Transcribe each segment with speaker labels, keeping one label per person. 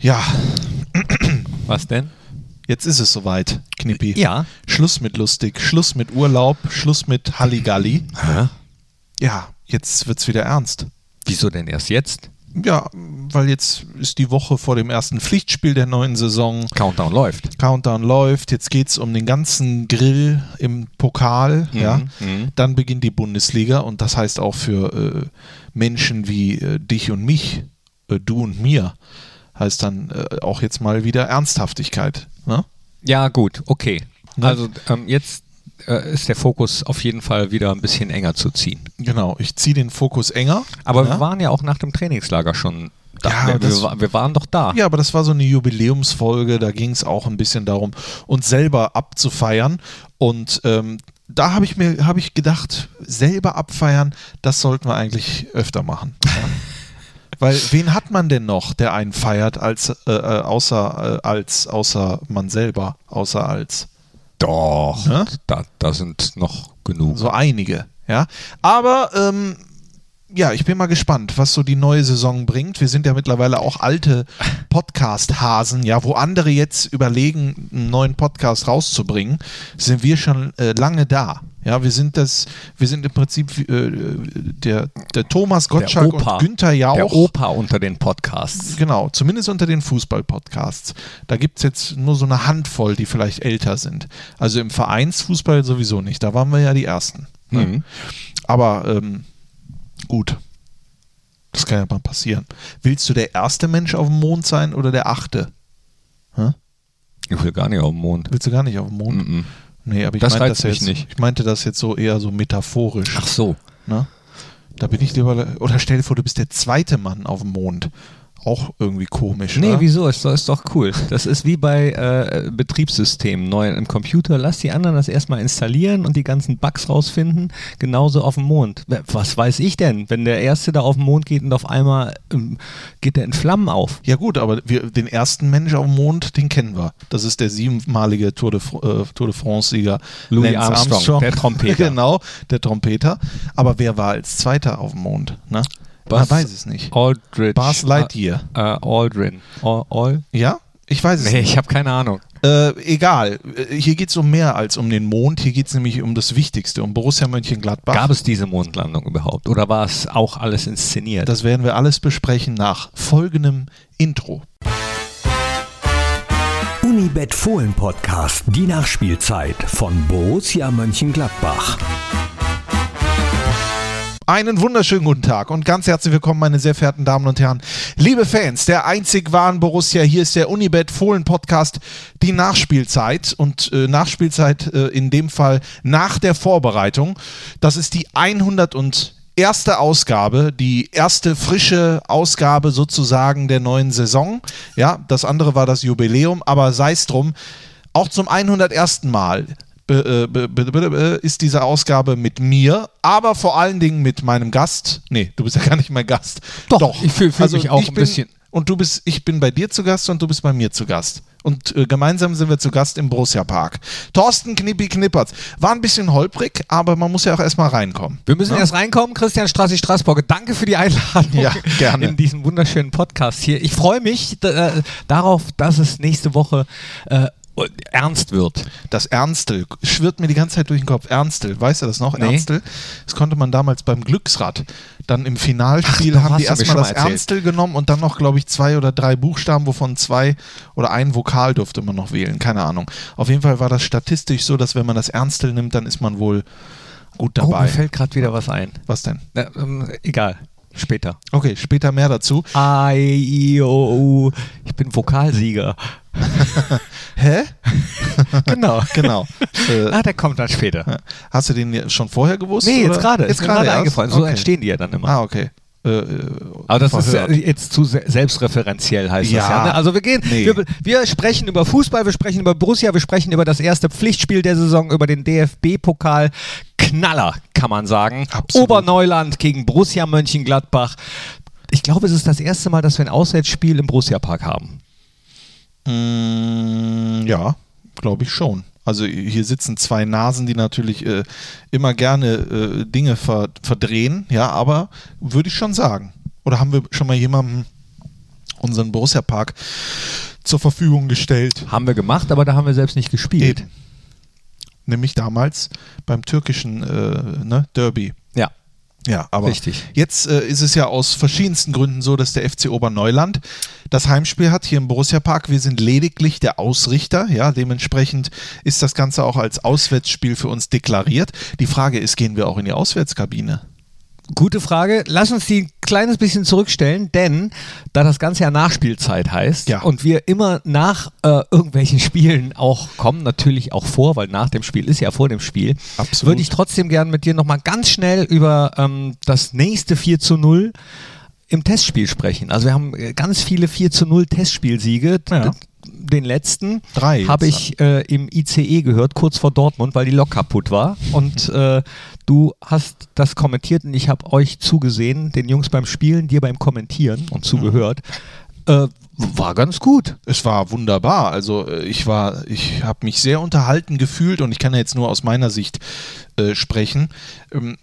Speaker 1: Ja,
Speaker 2: Was denn?
Speaker 1: jetzt ist es soweit, Knippi.
Speaker 2: Ja.
Speaker 1: Schluss mit lustig, Schluss mit Urlaub, Schluss mit Halligalli.
Speaker 2: Hä?
Speaker 1: Ja, jetzt wird's wieder ernst.
Speaker 2: Wieso denn erst jetzt?
Speaker 1: Ja, weil jetzt ist die Woche vor dem ersten Pflichtspiel der neuen Saison.
Speaker 2: Countdown läuft.
Speaker 1: Countdown läuft, jetzt geht es um den ganzen Grill im Pokal. ja. Dann beginnt die Bundesliga und das heißt auch für äh, Menschen wie äh, dich und mich, äh, du und mir, heißt dann äh, auch jetzt mal wieder Ernsthaftigkeit. Ne?
Speaker 2: Ja, gut, okay.
Speaker 1: Ne?
Speaker 2: Also ähm, jetzt äh, ist der Fokus auf jeden Fall wieder ein bisschen enger zu ziehen.
Speaker 1: Genau, ich ziehe den Fokus enger. ne?
Speaker 2: Aber
Speaker 1: ja?
Speaker 2: wir waren ja auch nach dem Trainingslager schon da.
Speaker 1: Ja,
Speaker 2: wir,
Speaker 1: das-
Speaker 2: wir, wa- wir waren doch da.
Speaker 1: Ja, aber das war so eine Jubiläumsfolge, da ging es auch ein bisschen darum, uns selber abzufeiern. Und ähm, da habe ich mir hab ich gedacht, selber abfeiern, das sollten wir eigentlich öfter machen. Ja? Weil wen hat man denn noch, der einen feiert, als, äh, äh, außer, äh, als, außer man selber, außer als
Speaker 2: Doch,
Speaker 1: Ne?
Speaker 2: da, da sind noch genug.
Speaker 1: so einige, ja. Aber ähm, ja, ich bin mal gespannt, was so die neue Saison bringt. Wir sind ja mittlerweile auch alte Podcast-Hasen, ja, wo andere jetzt überlegen, einen neuen Podcast rauszubringen, sind wir schon äh, lange da. Ja, wir sind das, wir sind im Prinzip äh, der, der Thomas Gottschalk und Günther Jauch.
Speaker 2: Der Opa unter den Podcasts.
Speaker 1: Genau, zumindest unter den Fußball-Podcasts. Da gibt es jetzt nur so eine Handvoll, die vielleicht älter sind. Also im Vereinsfußball sowieso nicht. Da waren wir ja die Ersten. Ne?
Speaker 2: Mhm.
Speaker 1: Aber ähm, gut, das kann ja mal passieren. Willst du der erste Mensch auf dem Mond sein oder der achte?
Speaker 2: Ich will gar nicht auf den Mond.
Speaker 1: Willst du gar nicht auf dem Mond?
Speaker 2: Mhm.
Speaker 1: Nee, aber ich,
Speaker 2: Das
Speaker 1: meinte
Speaker 2: reizt
Speaker 1: das
Speaker 2: mich
Speaker 1: jetzt,
Speaker 2: nicht.
Speaker 1: ich meinte das jetzt so eher so metaphorisch.
Speaker 2: Ach so.
Speaker 1: Ne? Da bin ich lieber, oder stell dir vor, du bist der zweite Mann auf dem Mond. Auch irgendwie komisch.
Speaker 2: Nee,
Speaker 1: oder?
Speaker 2: wieso? Ist, doch- ist doch cool. Das ist wie bei äh, Betriebssystemen neu im Computer. Lass die anderen das erstmal installieren und die ganzen Bugs rausfinden. Genauso auf dem Mond. W- Was weiß ich denn, wenn der Erste da auf den Mond geht und auf einmal ähm, geht der in Flammen auf?
Speaker 1: Ja gut, aber wir, den ersten Mensch auf dem Mond, den kennen wir. Das ist der siebenmalige Tour de, Fr- äh, Tour de France-Sieger
Speaker 2: Louis Armstrong, der Trompeter.
Speaker 1: genau, der Trompeter. Aber wer war als Zweiter auf dem Mond? Ne?
Speaker 2: Buzz-
Speaker 1: Man weiß es nicht.
Speaker 2: Aldridge.
Speaker 1: Buzz Lightyear.
Speaker 2: Äh, äh, Aldrin. All, all?
Speaker 1: Ja? Ich weiß es
Speaker 2: Nee,
Speaker 1: nicht.
Speaker 2: ich habe keine Ahnung.
Speaker 1: Äh, egal. Äh, Hier geht es um mehr als um den Mond. Hier geht es nämlich um das Wichtigste, um Borussia Mönchengladbach.
Speaker 2: Gab es diese Mondlandung überhaupt? Oder war es auch alles inszeniert?
Speaker 1: das werden wir alles besprechen nach folgendem Intro.
Speaker 3: Unibet Fohlen Podcast, die Nachspielzeit von Borussia Mönchengladbach.
Speaker 1: Einen wunderschönen guten Tag und ganz herzlich willkommen, meine sehr verehrten Damen und Herren. Liebe Fans der einzig wahren Borussia, hier ist der Unibet Fohlen Podcast, die Nachspielzeit und äh, Nachspielzeit äh, in dem Fall nach der Vorbereitung. Das ist die 101. Ausgabe, die erste frische Ausgabe sozusagen der neuen Saison. Ja, das andere war das Jubiläum, aber sei es drum. Auch zum 101. Mal be, äh, be, be, be, be, ist diese Ausgabe mit mir, aber vor allen Dingen mit meinem Gast. Nee, du bist ja gar nicht mein Gast. Also
Speaker 2: Doch, ich fühl- fühl mich auch
Speaker 1: ich
Speaker 2: ein
Speaker 1: bin,
Speaker 2: bisschen-
Speaker 1: Und du bist, ich bin bei dir zu Gast und du bist bei mir zu Gast. Und äh, gemeinsam sind wir zu Gast im Borussia Park. Thorsten Knippi Knippertz. War ein bisschen holprig, aber man muss ja auch erstmal reinkommen.
Speaker 2: Wir müssen erst reinkommen. Christian Strassi Straßburger, danke für die Einladung
Speaker 1: Ja, gerne.
Speaker 2: in diesen wunderschönen Podcast hier. Ich freue mich d- äh, darauf, dass es nächste Woche äh, ernst wird.
Speaker 1: Das Ernstel schwirrt mir die ganze Zeit durch den Kopf. Ernstel, weißt du das noch?
Speaker 2: Nee.
Speaker 1: Ernstel, das konnte man damals beim Glücksrad. Dann im Finalspiel
Speaker 2: Ach, doch,
Speaker 1: haben die
Speaker 2: hast du
Speaker 1: erstmal
Speaker 2: mir schon
Speaker 1: das
Speaker 2: mal erzählt.
Speaker 1: Ernstel genommen und dann noch, glaube ich, zwei oder drei Buchstaben, wovon zwei oder ein Vokal durfte man noch wählen. Keine Ahnung. Auf jeden Fall war das statistisch so, dass wenn man das Ernstel nimmt, dann ist man wohl gut
Speaker 2: Oh, mir
Speaker 1: dabei.
Speaker 2: fällt gerade wieder was ein.
Speaker 1: Was denn?
Speaker 2: Na, ähm, egal, später.
Speaker 1: Okay, später mehr dazu.
Speaker 2: I, I, O, U. Ich bin Vokalsieger.
Speaker 1: Hä?
Speaker 2: Genau.
Speaker 1: Genau. äh,
Speaker 2: Ah, der kommt dann später.
Speaker 1: hast du den schon vorher gewusst?
Speaker 2: Nee, jetzt
Speaker 1: oder?
Speaker 2: gerade. Ist mir gerade
Speaker 1: erst?
Speaker 2: eingefallen. So
Speaker 1: Okay.
Speaker 2: entstehen die ja dann immer.
Speaker 1: Ah, okay. Äh, äh,
Speaker 2: Aber das
Speaker 1: verhört.
Speaker 2: ist äh, jetzt zu se- selbstreferenziell, heißt
Speaker 1: Ja.
Speaker 2: das ja. Ne? Also wir gehen,
Speaker 1: Nee.
Speaker 2: wir, wir sprechen über Fußball, wir sprechen über Borussia, wir sprechen über das erste Pflichtspiel der Saison, über den DFB-Pokal. Knaller, kann man sagen.
Speaker 1: Absolut.
Speaker 2: Oberneuland gegen Borussia Mönchengladbach. Ich glaube, es ist das erste Mal, dass wir ein Auswärtsspiel im Borussia-Park haben.
Speaker 1: Mm, ja, glaube ich schon. Also hier sitzen zwei Nasen, die natürlich äh, immer gerne äh, Dinge ver verdrehen, ja, aber würde ich schon sagen. Oder haben wir schon mal jemanden unseren Borussia Park zur Verfügung gestellt.
Speaker 2: Haben wir gemacht, aber da haben wir selbst nicht gespielt.
Speaker 1: Eben. Nämlich damals beim türkischen äh, ne, Derby.
Speaker 2: Ja.
Speaker 1: Ja, aber
Speaker 2: Richtig.
Speaker 1: jetzt äh, ist es ja aus verschiedensten Gründen so, dass der FC Oberneuland das Heimspiel hat hier im Borussia Park. Wir sind lediglich der Ausrichter, ja, dementsprechend ist das Ganze auch als Auswärtsspiel für uns deklariert. Die Frage ist, gehen wir auch in die Auswärtskabine?
Speaker 2: Gute Frage. Lass uns die ein kleines bisschen zurückstellen, denn da das Ganze ja Nachspielzeit heißt
Speaker 1: Ja.
Speaker 2: und wir immer nach äh, irgendwelchen Spielen auch kommen, natürlich auch vor, weil nach dem Spiel ist ja vor dem Spiel,
Speaker 1: Absolut.
Speaker 2: würde ich trotzdem gerne mit dir nochmal ganz schnell über ähm, das nächste 4 zu 0 im Testspiel sprechen. Also wir haben äh, ganz viele 4 zu 0 Testspielsiege.
Speaker 1: Ja.
Speaker 2: Den letzten
Speaker 1: Drei jetzt
Speaker 2: habe ich äh, im ICE gehört, kurz vor Dortmund, weil die Lok kaputt war. Und äh, du hast das kommentiert und ich habe euch zugesehen, den Jungs beim Spielen, dir beim Kommentieren und zugehört. Äh, war ganz gut.
Speaker 1: Es war wunderbar. Also äh, ich war, ich habe mich sehr unterhalten gefühlt und ich kann ja jetzt nur aus meiner Sicht äh, sprechen. Ähm,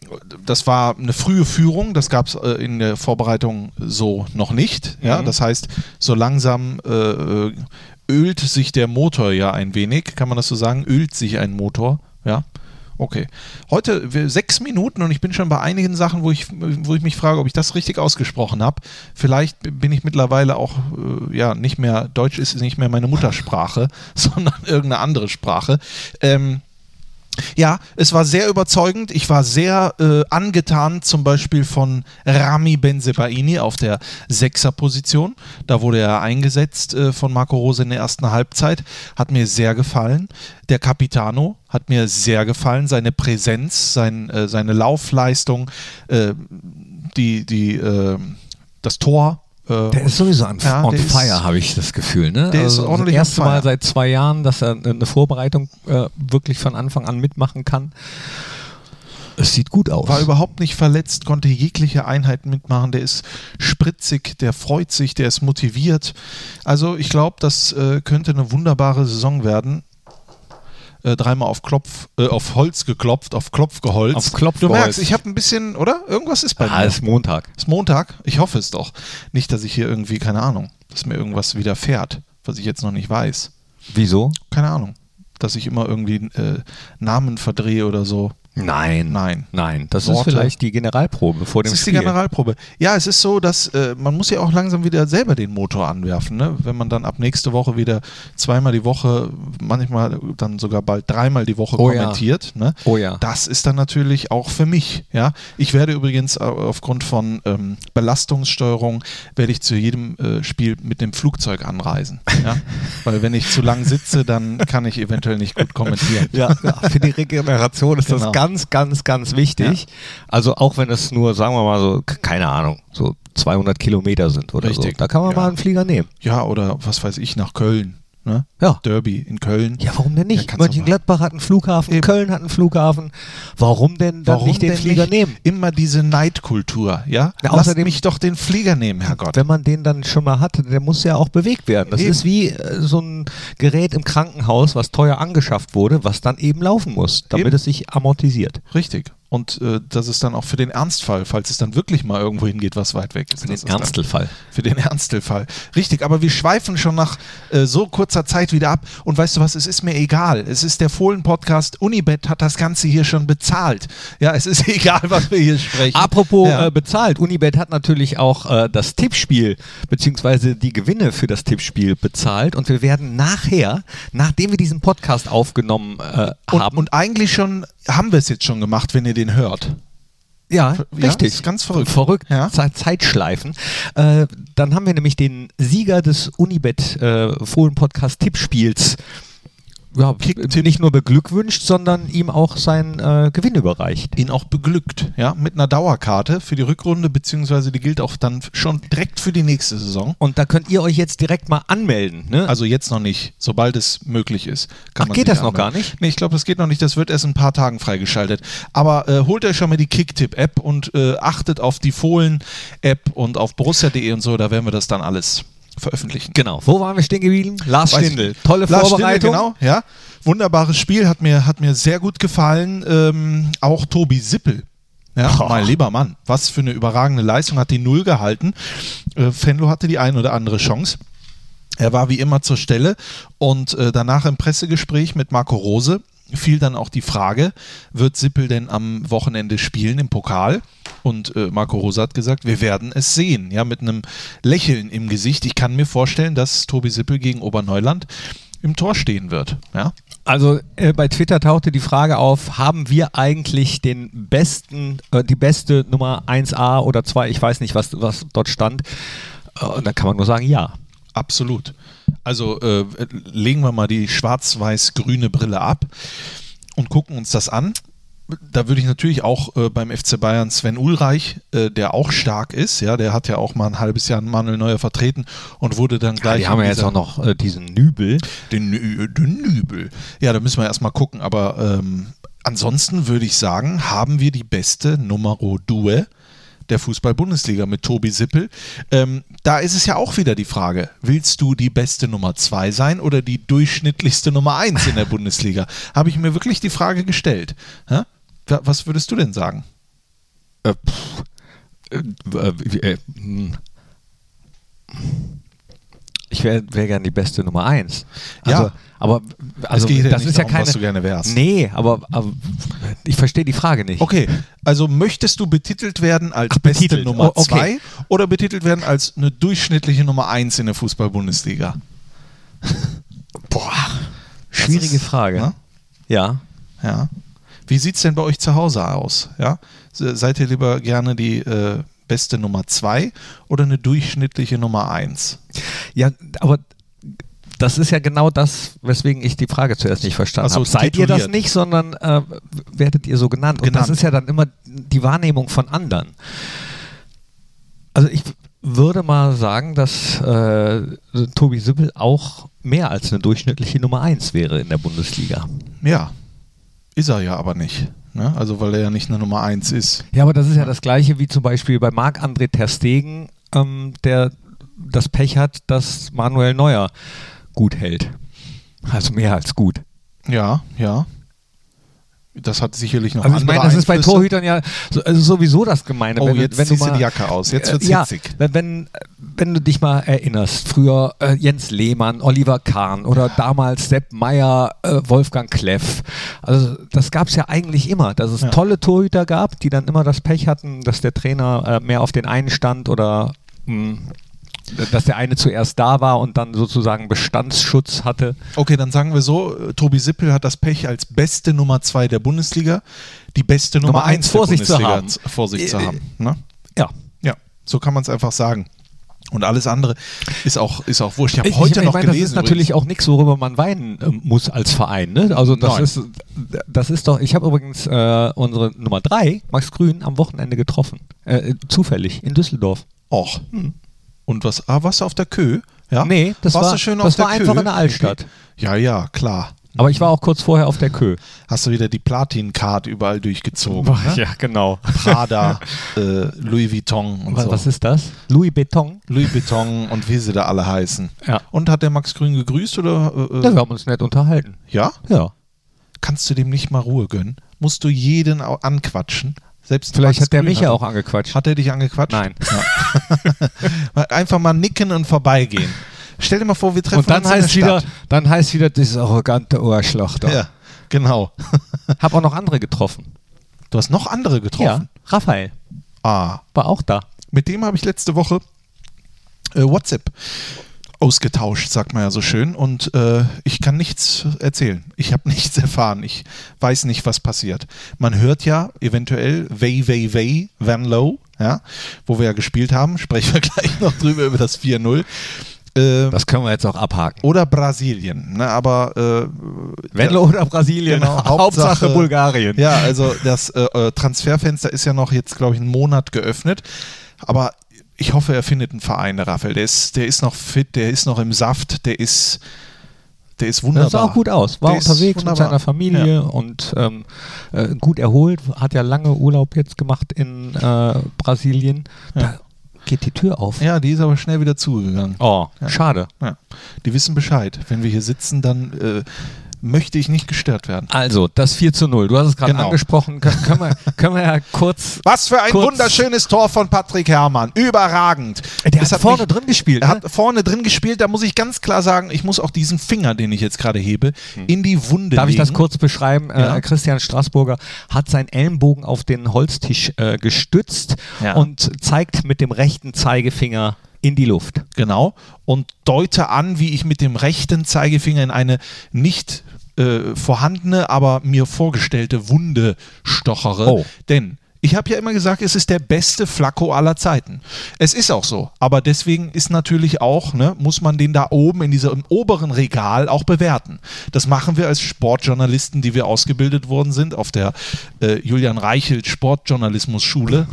Speaker 1: das war eine frühe Führung, das gab es äh, in der Vorbereitung so noch nicht. Ja, das heißt, so langsam äh, äh, ölt sich der Motor ja ein wenig, kann man das so sagen? Ölt sich ein Motor, ja. Okay. Heute wir, sechs Minuten und ich bin schon bei einigen Sachen, wo ich, wo ich mich frage, ob ich das richtig ausgesprochen habe. Vielleicht b- bin ich mittlerweile auch, äh, ja, nicht mehr, Deutsch ist nicht mehr meine Muttersprache, sondern irgendeine andere Sprache. Ähm, ja, es war sehr überzeugend. Ich war sehr äh, angetan, zum Beispiel von Rami Benzebaini auf der Sechser-Position. Da wurde er eingesetzt äh, von Marco Rose in der ersten Halbzeit. Hat mir sehr gefallen. Der Capitano hat mir sehr gefallen. Seine Präsenz, sein, äh, seine Laufleistung, äh, die, die, äh, das Tor. äh,
Speaker 2: Der ist sowieso on,
Speaker 1: Ja,
Speaker 2: on
Speaker 1: der ist-
Speaker 2: fire, habe ich das Gefühl. Ne?
Speaker 1: der ist ordentlich
Speaker 2: das erste
Speaker 1: on fire.
Speaker 2: Mal seit zwei Jahren, dass er eine Vorbereitung äh, wirklich von Anfang an mitmachen kann. Es sieht gut aus.
Speaker 1: War überhaupt nicht verletzt, konnte jegliche Einheit mitmachen. Der ist spritzig, der freut sich, der ist motiviert. Also ich glaube, das äh, könnte eine wunderbare Saison werden. Äh, dreimal auf Klopf, äh, auf Holz geklopft, auf Klopf geholzt.
Speaker 2: Auf Klopf
Speaker 1: du merkst,
Speaker 2: geholzt.
Speaker 1: ich habe ein bisschen, oder? Irgendwas ist bei
Speaker 2: ah,
Speaker 1: mir.
Speaker 2: ist Montag.
Speaker 1: Ist Montag? Ich hoffe es doch. Nicht, dass ich hier irgendwie, keine Ahnung, dass mir irgendwas widerfährt, was ich jetzt noch nicht weiß.
Speaker 2: Wieso?
Speaker 1: Keine Ahnung. Dass ich immer irgendwie äh, Namen verdrehe oder so.
Speaker 2: Nein.
Speaker 1: Nein.
Speaker 2: Nein, das
Speaker 1: Worte.
Speaker 2: ist vielleicht die Generalprobe vor dem
Speaker 1: Das ist
Speaker 2: Spiel.
Speaker 1: die Generalprobe. Ja, es ist so, dass äh, man muss ja auch langsam wieder selber den Motor anwerfen. Ne? Wenn man dann ab nächste Woche wieder zweimal die Woche, manchmal dann sogar bald dreimal die Woche
Speaker 2: Oh ja.
Speaker 1: kommentiert. Ne?
Speaker 2: Oh ja.
Speaker 1: Das ist dann natürlich auch für mich. Ja, ich werde übrigens au- aufgrund von ähm, Belastungssteuerung werde ich zu jedem äh, Spiel mit dem Flugzeug anreisen. Ja? Weil wenn ich zu lang sitze, dann kann ich eventuell nicht gut kommentieren.
Speaker 2: Ja, ja, für die Regeneration ist
Speaker 1: Genau.
Speaker 2: das ganz, ganz, ganz wichtig. Also auch wenn es nur, sagen wir mal so, k- keine Ahnung, so 200 Kilometer sind oder so.
Speaker 1: Richtig.
Speaker 2: Da kann man
Speaker 1: Ja.
Speaker 2: mal einen Flieger nehmen.
Speaker 1: Ja, oder was weiß ich nach Köln. Ne?
Speaker 2: Ja.
Speaker 1: Derby in Köln.
Speaker 2: Ja, warum denn
Speaker 1: Ja,
Speaker 2: nicht?
Speaker 1: kannst du
Speaker 2: Mönchengladbach hat einen Flughafen, Köln hat einen Flughafen. Warum denn dann nicht den
Speaker 1: denn
Speaker 2: Flieger
Speaker 1: nicht
Speaker 2: nehmen?
Speaker 1: Immer diese Neidkultur, ja?
Speaker 2: Ja,
Speaker 1: Lasst
Speaker 2: außerdem-
Speaker 1: mich doch den Flieger nehmen, Herrgott.
Speaker 2: Wenn man den dann schon mal hat, der muss ja auch bewegt werden. Das
Speaker 1: Eben.
Speaker 2: ist wie äh, so ein Gerät im Krankenhaus, was teuer angeschafft wurde, was dann eben laufen muss, damit
Speaker 1: Eben.
Speaker 2: es sich amortisiert.
Speaker 1: Richtig. Und äh, das ist dann auch für den Ernstfall, falls es dann wirklich mal irgendwo hingeht, was weit weg ist. Das
Speaker 2: Für den
Speaker 1: ist dann-
Speaker 2: Ernstelfall.
Speaker 1: Für den Ernstelfall. Richtig, aber wir schweifen schon nach äh, so kurzer Zeit wieder ab. Und weißt du was, es ist mir egal. Es ist der Fohlen-Podcast. Unibet hat das Ganze hier schon bezahlt. Ja, es ist egal, was wir hier sprechen.
Speaker 2: Apropos
Speaker 1: Ja.
Speaker 2: äh, bezahlt, Unibet hat natürlich auch äh, das Tippspiel beziehungsweise die Gewinne für das Tippspiel bezahlt und wir werden nachher, nachdem wir diesen Podcast aufgenommen äh,
Speaker 1: und,
Speaker 2: haben,
Speaker 1: und eigentlich schon haben wir es jetzt schon gemacht, wenn ihr den hört.
Speaker 2: ja,
Speaker 1: ja,
Speaker 2: richtig,
Speaker 1: ist ganz verrückt.
Speaker 2: verrückt,
Speaker 1: Ja.
Speaker 2: Ze- Zeitschleifen, äh, dann haben wir nämlich den Sieger des Unibet äh, Fohlen Podcast Tippspiels ja, nicht nur beglückwünscht, sondern ihm auch seinen äh, Gewinn überreicht.
Speaker 1: ihn auch beglückt, ja, mit einer Dauerkarte für die Rückrunde, beziehungsweise die gilt auch dann f- schon direkt für die nächste Saison.
Speaker 2: Und da könnt ihr euch jetzt direkt mal anmelden. Ne?
Speaker 1: Also jetzt noch nicht, sobald es möglich ist. Kann
Speaker 2: Ach, geht
Speaker 1: sich
Speaker 2: das noch
Speaker 1: anmelden.
Speaker 2: gar nicht?
Speaker 1: Nee, ich glaube, das geht noch nicht. Das wird erst in ein paar Tagen freigeschaltet. Aber äh, holt euch schon mal die Kicktipp-App und äh, achtet auf die Fohlen-App und auf borussia.de und so, da werden wir das dann alles veröffentlichen.
Speaker 2: Genau. Wo waren wir stehen geblieben? Lars
Speaker 1: Weiß
Speaker 2: Stindl.
Speaker 1: ich.
Speaker 2: Tolle
Speaker 1: Lars
Speaker 2: Vorbereitung.
Speaker 1: Stindl, genau, ja. Wunderbares Spiel, hat mir, hat mir sehr gut gefallen. Ähm, auch Tobi Sippel Ja, mein lieber Mann, was für eine überragende Leistung, hat die Null gehalten. Äh, Fenlo hatte die ein oder andere Chance. Er war wie immer zur Stelle und äh, danach im Pressegespräch mit Marco Rose fiel dann auch die Frage, wird Sippel denn am Wochenende spielen im Pokal? Und äh, Marco Rose hat gesagt, wir werden es sehen, ja, mit einem Lächeln im Gesicht. Ich kann mir vorstellen, dass Tobi Sippel gegen Oberneuland im Tor stehen wird, ja.
Speaker 2: Also äh, bei Twitter tauchte die Frage auf, haben wir eigentlich den besten, äh, die beste Nummer 1a oder 2, ich weiß nicht, was, was dort stand. Äh, und dann kann man nur sagen, ja.
Speaker 1: Absolut. Also äh, legen wir mal die schwarz-weiß-grüne Brille ab und gucken uns das an. Da würde ich natürlich auch äh, beim FC Bayern Sven Ulreich, äh, der auch stark ist, ja, der hat ja auch mal ein halbes Jahr Manuel Neuer vertreten und wurde dann gleich.
Speaker 2: Ah, die haben ja
Speaker 1: in
Speaker 2: jetzt
Speaker 1: dieser-
Speaker 2: auch noch äh, diesen Nübel.
Speaker 1: Den, Nü- den Nübel. Ja, da müssen wir erstmal gucken, aber ähm, ansonsten würde ich sagen, haben wir die beste Numero Due der Fußball-Bundesliga mit Tobi Sippel. Ähm, da ist es ja auch wieder die Frage, willst du die beste Nummer 2 sein oder die durchschnittlichste Nummer 1 in der Bundesliga? Habe ich mir wirklich die Frage gestellt. Hä? Wa- Was würdest du denn sagen?
Speaker 2: Äh, pff, äh, äh, äh, hm. ich wäre wär gerne die beste Nummer 1. Also,
Speaker 1: Ja.
Speaker 2: aber also,
Speaker 1: geht ja
Speaker 2: das
Speaker 1: nicht
Speaker 2: ist ja
Speaker 1: darum,
Speaker 2: keine.
Speaker 1: was du gerne wärst.
Speaker 2: Nee, aber, aber ich verstehe die Frage nicht.
Speaker 1: Okay, also möchtest du betitelt werden als beste
Speaker 2: betitelt.
Speaker 1: Nummer
Speaker 2: Oh,
Speaker 1: 2
Speaker 2: okay.
Speaker 1: oder betitelt werden als eine durchschnittliche Nummer 1 in der Fußball-Bundesliga?
Speaker 2: Boah. Schwierige
Speaker 1: ist-
Speaker 2: Frage.
Speaker 1: ne?
Speaker 2: Ja.
Speaker 1: Ja. Wie sieht es denn bei euch zu Hause aus? Ja? Se- Seid ihr lieber gerne die äh, beste Nummer 2 oder eine durchschnittliche Nummer 1?
Speaker 2: Ja, aber das ist ja genau das, weswegen ich die Frage zuerst nicht verstanden
Speaker 1: Ach so,
Speaker 2: habe. Seid ihr das
Speaker 1: tituliert.
Speaker 2: nicht, sondern äh, werdet ihr so genannt. Und
Speaker 1: Genannt.
Speaker 2: das ist ja dann immer die Wahrnehmung von anderen. Also ich würde mal sagen, dass äh, Tobi Sippel auch mehr als eine durchschnittliche Nummer 1 wäre in der Bundesliga.
Speaker 1: Ja, ist er ja aber nicht. Ne? Also weil er ja nicht eine Nummer 1 ist.
Speaker 2: Ja, aber das ist ja das Gleiche wie zum Beispiel bei Marc-André Ter Stegen, ähm, der das Pech hat, dass Manuel Neuer gut hält. Also mehr als gut.
Speaker 1: Ja, ja. Das hat sicherlich noch
Speaker 2: Also ich meine,
Speaker 1: andere
Speaker 2: das ist bei
Speaker 1: Einflüsse.
Speaker 2: Torhütern ja so, also sowieso das Gemeine.
Speaker 1: Oh,
Speaker 2: wenn du-
Speaker 1: jetzt
Speaker 2: wenn du
Speaker 1: ziehst du
Speaker 2: mal,
Speaker 1: die Jacke aus. Jetzt wird's
Speaker 2: äh, ja,
Speaker 1: hitzig.
Speaker 2: Wenn, wenn, wenn du dich mal erinnerst, früher äh, Jens Lehmann, Oliver Kahn oder damals Sepp Meyer, äh, Wolfgang Kleff. Also das gab es ja eigentlich immer, dass es
Speaker 1: Ja.
Speaker 2: tolle Torhüter gab, die dann immer das Pech hatten, dass der Trainer äh, mehr auf den einen stand oder mh, dass der eine zuerst da war und dann sozusagen Bestandsschutz hatte.
Speaker 1: Okay, dann sagen wir so, äh, Tobi Sippel hat das Pech als beste Nummer 2 der Bundesliga, die beste Nummer
Speaker 2: Nummer eins
Speaker 1: 1 der
Speaker 2: vor sich zu
Speaker 1: Bundesliga
Speaker 2: haben.
Speaker 1: z- vor sich zu
Speaker 2: Äh,
Speaker 1: haben. Ne?
Speaker 2: Ja.
Speaker 1: Ja, so kann man es einfach sagen. Und alles andere ist auch, ist auch wurscht. Ich habe
Speaker 2: Ich-
Speaker 1: heute
Speaker 2: ich, ich
Speaker 1: noch
Speaker 2: meine,
Speaker 1: gelesen.
Speaker 2: Das ist natürlich auch nichts, worüber man weinen äh, muss als Verein. Ne? Also das
Speaker 1: Nein.
Speaker 2: ist, das ist doch. Ich habe übrigens äh, unsere Nummer 3, Max Grün, am Wochenende getroffen, äh, zufällig in Düsseldorf.
Speaker 1: Och. Und was? Ah, warst du auf der Kö? Ja?
Speaker 2: Hm. Nee, das
Speaker 1: warst
Speaker 2: war-
Speaker 1: du schön
Speaker 2: das
Speaker 1: auf der
Speaker 2: war
Speaker 1: Kö?
Speaker 2: einfach in der Altstadt.
Speaker 1: Ja, ja, klar.
Speaker 2: Aber ich war auch kurz vorher auf der Kö.
Speaker 1: Hast du wieder die Platin-Card überall durchgezogen? Ne?
Speaker 2: Ja, genau.
Speaker 1: Prada, äh, Louis Vuitton und
Speaker 2: Was,
Speaker 1: so.
Speaker 2: was ist das? Louis Beton.
Speaker 1: Louis Vuitton und wie sie da alle heißen.
Speaker 2: Ja.
Speaker 1: Und hat der Max Grün gegrüßt oder? Äh,
Speaker 2: Ja,
Speaker 1: äh,
Speaker 2: wir haben uns nett unterhalten.
Speaker 1: ja?
Speaker 2: Ja.
Speaker 1: Kannst du dem nicht mal Ruhe gönnen? Musst du jeden au- anquatschen? Selbst
Speaker 2: Vielleicht
Speaker 1: Max
Speaker 2: hat der
Speaker 1: Grün
Speaker 2: mich ja auch angequatscht.
Speaker 1: Hat er dich angequatscht?
Speaker 2: Nein.
Speaker 1: Mal Einfach mal nicken und vorbeigehen. Stell dir mal vor, wir treffen
Speaker 2: Und dann
Speaker 1: uns in
Speaker 2: heißt
Speaker 1: der
Speaker 2: wieder,
Speaker 1: Stadt.
Speaker 2: dann heißt wieder dieses arrogante Ohrschloch da.
Speaker 1: Ja, genau.
Speaker 2: Hab auch noch andere getroffen.
Speaker 1: Du hast noch andere getroffen.
Speaker 2: Ja, Raphael
Speaker 1: Ah,
Speaker 2: war auch da.
Speaker 1: mit dem habe ich letzte Woche äh, WhatsApp ausgetauscht, sagt man ja so schön. Und äh, ich kann nichts erzählen. Ich habe nichts erfahren. Ich weiß nicht, was passiert. Man hört ja eventuell Way, Way, Way, Van Low, ja, wo wir ja gespielt haben. Sprechen wir gleich noch drüber über das 4-0. Äh,
Speaker 2: Das können wir jetzt auch abhaken.
Speaker 1: oder Brasilien. Ne? Aber äh,
Speaker 2: Venlo oder Brasilien,
Speaker 1: Genau,
Speaker 2: Hauptsache,
Speaker 1: Hauptsache
Speaker 2: Bulgarien.
Speaker 1: Ja, also das äh, äh, Transferfenster ist ja noch jetzt, glaube ich, einen Monat geöffnet. Aber ich hoffe, er findet einen Verein, der Raphael. Der ist, der ist noch fit, der ist noch im Saft, der ist, der ist
Speaker 2: Das
Speaker 1: wunderbar.
Speaker 2: sah auch gut aus. War
Speaker 1: Der ist
Speaker 2: unterwegs mit
Speaker 1: wunderbar.
Speaker 2: seiner Familie und ähm, äh, gut erholt. Hat ja lange Urlaub jetzt gemacht in äh, Brasilien. Da geht die Tür auf.
Speaker 1: Ja, die ist aber schnell wieder zugegangen.
Speaker 2: Oh, schade.
Speaker 1: Ja. Die wissen Bescheid. Wenn wir hier sitzen, dann äh, möchte ich nicht gestört werden.
Speaker 2: Also, das 4 zu 0. Du hast es gerade
Speaker 1: Genau.
Speaker 2: angesprochen. Können, können, wir, können wir ja kurz.
Speaker 1: Was für ein
Speaker 2: Kurz.
Speaker 1: wunderschönes Tor von Patrick Herrmann. Überragend.
Speaker 2: Der
Speaker 1: Das
Speaker 2: hat vorne
Speaker 1: mich-
Speaker 2: drin gespielt.
Speaker 1: Er
Speaker 2: Ne?
Speaker 1: hat vorne drin gespielt, da muss ich ganz klar sagen, ich muss auch diesen Finger, den ich jetzt gerade hebe, in die Wunde
Speaker 2: Hm. Darf ich
Speaker 1: legen.
Speaker 2: das kurz beschreiben?
Speaker 1: Ja.
Speaker 2: Äh, Christian Straßburger hat seinen Ellenbogen auf den Holztisch äh, gestützt
Speaker 1: Ja.
Speaker 2: und zeigt mit dem rechten Zeigefinger in die Luft.
Speaker 1: Genau. Und deute an, wie ich mit dem rechten Zeigefinger in eine nicht äh, vorhandene, aber mir vorgestellte Wunde stochere.
Speaker 2: Oh.
Speaker 1: Denn ich habe ja immer gesagt, es ist der beste Flacco aller Zeiten. Es ist auch so. Aber deswegen ist natürlich auch, ne, muss man den da oben in diesem oberen Regal auch bewerten. Das machen wir als Sportjournalisten, die wir ausgebildet worden sind auf der äh, Julian Reichelt Sportjournalismus Schule.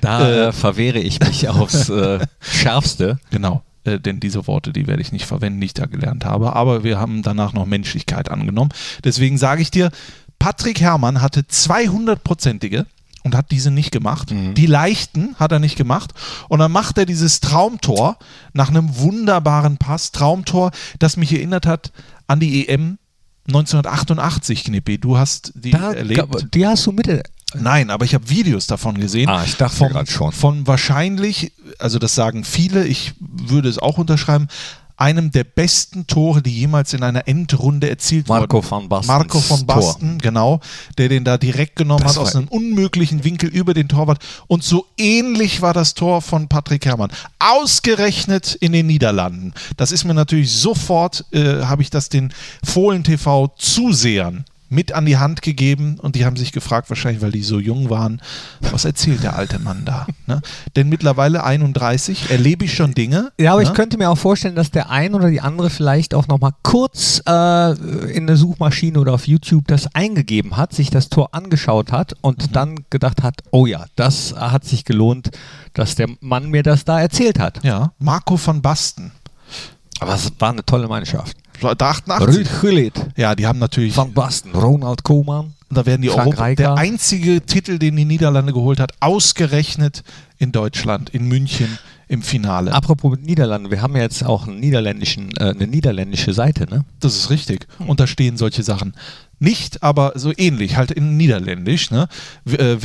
Speaker 2: Da äh, verwehre ich mich aufs äh, Schärfste.
Speaker 1: Genau, äh, denn diese Worte, die werde ich nicht verwenden, die ich da gelernt habe. Aber wir haben danach noch Menschlichkeit angenommen. Deswegen sage ich dir, Patrick Herrmann hatte 200-prozentige und hat diese nicht gemacht. Die leichten hat er nicht gemacht. Und dann macht er dieses Traumtor nach einem wunderbaren Pass. Traumtor, das mich erinnert hat an die EM 1988, Knippi. Du hast die
Speaker 2: Da,
Speaker 1: erlebt.
Speaker 2: die hast du mit.
Speaker 1: Nein, aber ich habe Videos davon gesehen.
Speaker 2: Ah, ich dachte
Speaker 1: Vom-
Speaker 2: gerade schon.
Speaker 1: Von wahrscheinlich, also das sagen viele, ich würde es auch unterschreiben, einem der besten Tore, die jemals in einer Endrunde erzielt
Speaker 2: Marco
Speaker 1: wurden.
Speaker 2: van Bastens
Speaker 1: Marco van
Speaker 2: Tor.
Speaker 1: Basten, genau, der den da direkt genommen
Speaker 2: Das
Speaker 1: hat aus
Speaker 2: war-
Speaker 1: einem unmöglichen Winkel über den Torwart. Und so ähnlich war das Tor von Patrick Herrmann. Ausgerechnet in den Niederlanden. Das ist mir natürlich sofort, äh, habe ich das den Fohlen TV Zusehern mit an die Hand gegeben und die haben sich gefragt, wahrscheinlich weil die so jung waren, was erzählt der alte Mann da? Ne? Denn mittlerweile 31 erlebe ich schon Dinge.
Speaker 2: Ja, aber
Speaker 1: ne?
Speaker 2: ich könnte mir auch vorstellen, dass der ein oder die andere vielleicht auch nochmal kurz äh, in eine Suchmaschine oder auf YouTube das eingegeben hat, sich das Tor angeschaut hat und dann gedacht hat, oh ja, das hat sich gelohnt, dass der Mann mir das da erzählt hat.
Speaker 1: Ja, Marco van Basten.
Speaker 2: Aber es war eine tolle Mannschaft.
Speaker 1: Da 88.
Speaker 2: Ruud Gullit,
Speaker 1: Ja, die haben natürlich
Speaker 2: Van Basten, Ronald Koeman.
Speaker 1: Da werden die
Speaker 2: Frank
Speaker 1: Europa,
Speaker 2: Rijkaard.
Speaker 1: der einzige Titel, den die Niederlande geholt hat, ausgerechnet in Deutschland, in München im Finale.
Speaker 2: Apropos Niederlande, wir haben ja jetzt auch einen niederländischen, äh, eine niederländische Seite, ne?
Speaker 1: Das ist richtig. Und da stehen solche Sachen. Nicht, aber so ähnlich, halt in Niederländisch. Ne? W- äh,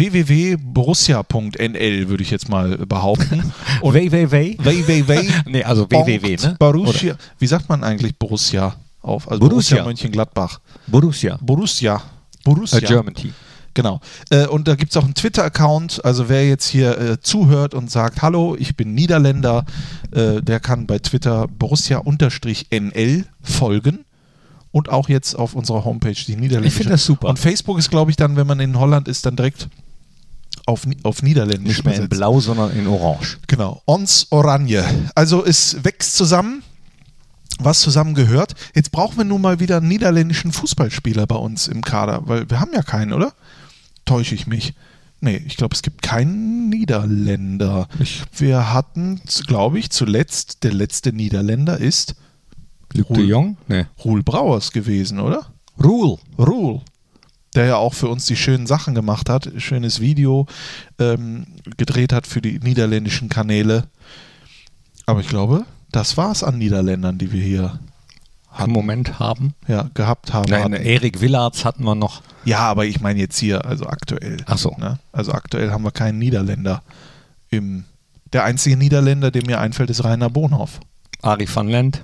Speaker 1: www.borussia.nl würde ich jetzt mal behaupten. Und
Speaker 2: www.
Speaker 1: www.
Speaker 2: Nee, also www, ne?
Speaker 1: Borussia. Wie sagt man eigentlich Borussia auf? Also Borussia,
Speaker 2: Borussia. Äh,
Speaker 1: Mönchengladbach.
Speaker 2: Borussia.
Speaker 1: Borussia.
Speaker 2: A
Speaker 1: Borussia.
Speaker 2: German Team.
Speaker 1: Genau. Äh, und da gibt es auch einen Twitter-Account. Also wer jetzt hier äh, zuhört und sagt, hallo, ich bin Niederländer, äh, der kann bei Twitter Borussia-NL folgen. Und auch jetzt auf unserer Homepage die Niederländische.
Speaker 2: Ich find das super.
Speaker 1: Und Facebook ist, glaube ich, dann, wenn man in Holland ist, dann direkt auf, Ni- auf Niederländisch.
Speaker 2: Nicht mehr in
Speaker 1: übersetzt.
Speaker 2: Blau, sondern in Orange.
Speaker 1: Genau. Ons Oranje. Also es wächst zusammen, was zusammen gehört. Jetzt brauchen wir nun mal wieder einen niederländischen Fußballspieler bei uns im Kader, weil wir haben ja keinen, oder? Täusche ich mich? Nee, ich glaube, es gibt keinen Niederländer.
Speaker 2: Ich-
Speaker 1: Wir hatten, glaube ich, zuletzt, der letzte Niederländer ist
Speaker 2: Luc
Speaker 1: Ruhl.
Speaker 2: de Jong? Nee.
Speaker 1: Roel Brauers gewesen, oder?
Speaker 2: Rule.
Speaker 1: Rule, der ja auch für uns die schönen Sachen gemacht hat, schönes Video ähm, gedreht hat für die niederländischen Kanäle. Aber ich glaube, das war es an Niederländern, die wir hier
Speaker 2: Im Moment haben.
Speaker 1: ja, gehabt haben.
Speaker 2: Nein, eh. Erik Willards hatten wir noch.
Speaker 1: Ja, aber ich meine jetzt hier, also aktuell.
Speaker 2: Ach so.
Speaker 1: Ne? Also aktuell haben wir keinen Niederländer. Im, der einzige Niederländer, der mir einfällt, ist Rainer Bonhoff.
Speaker 2: Ari van Lent.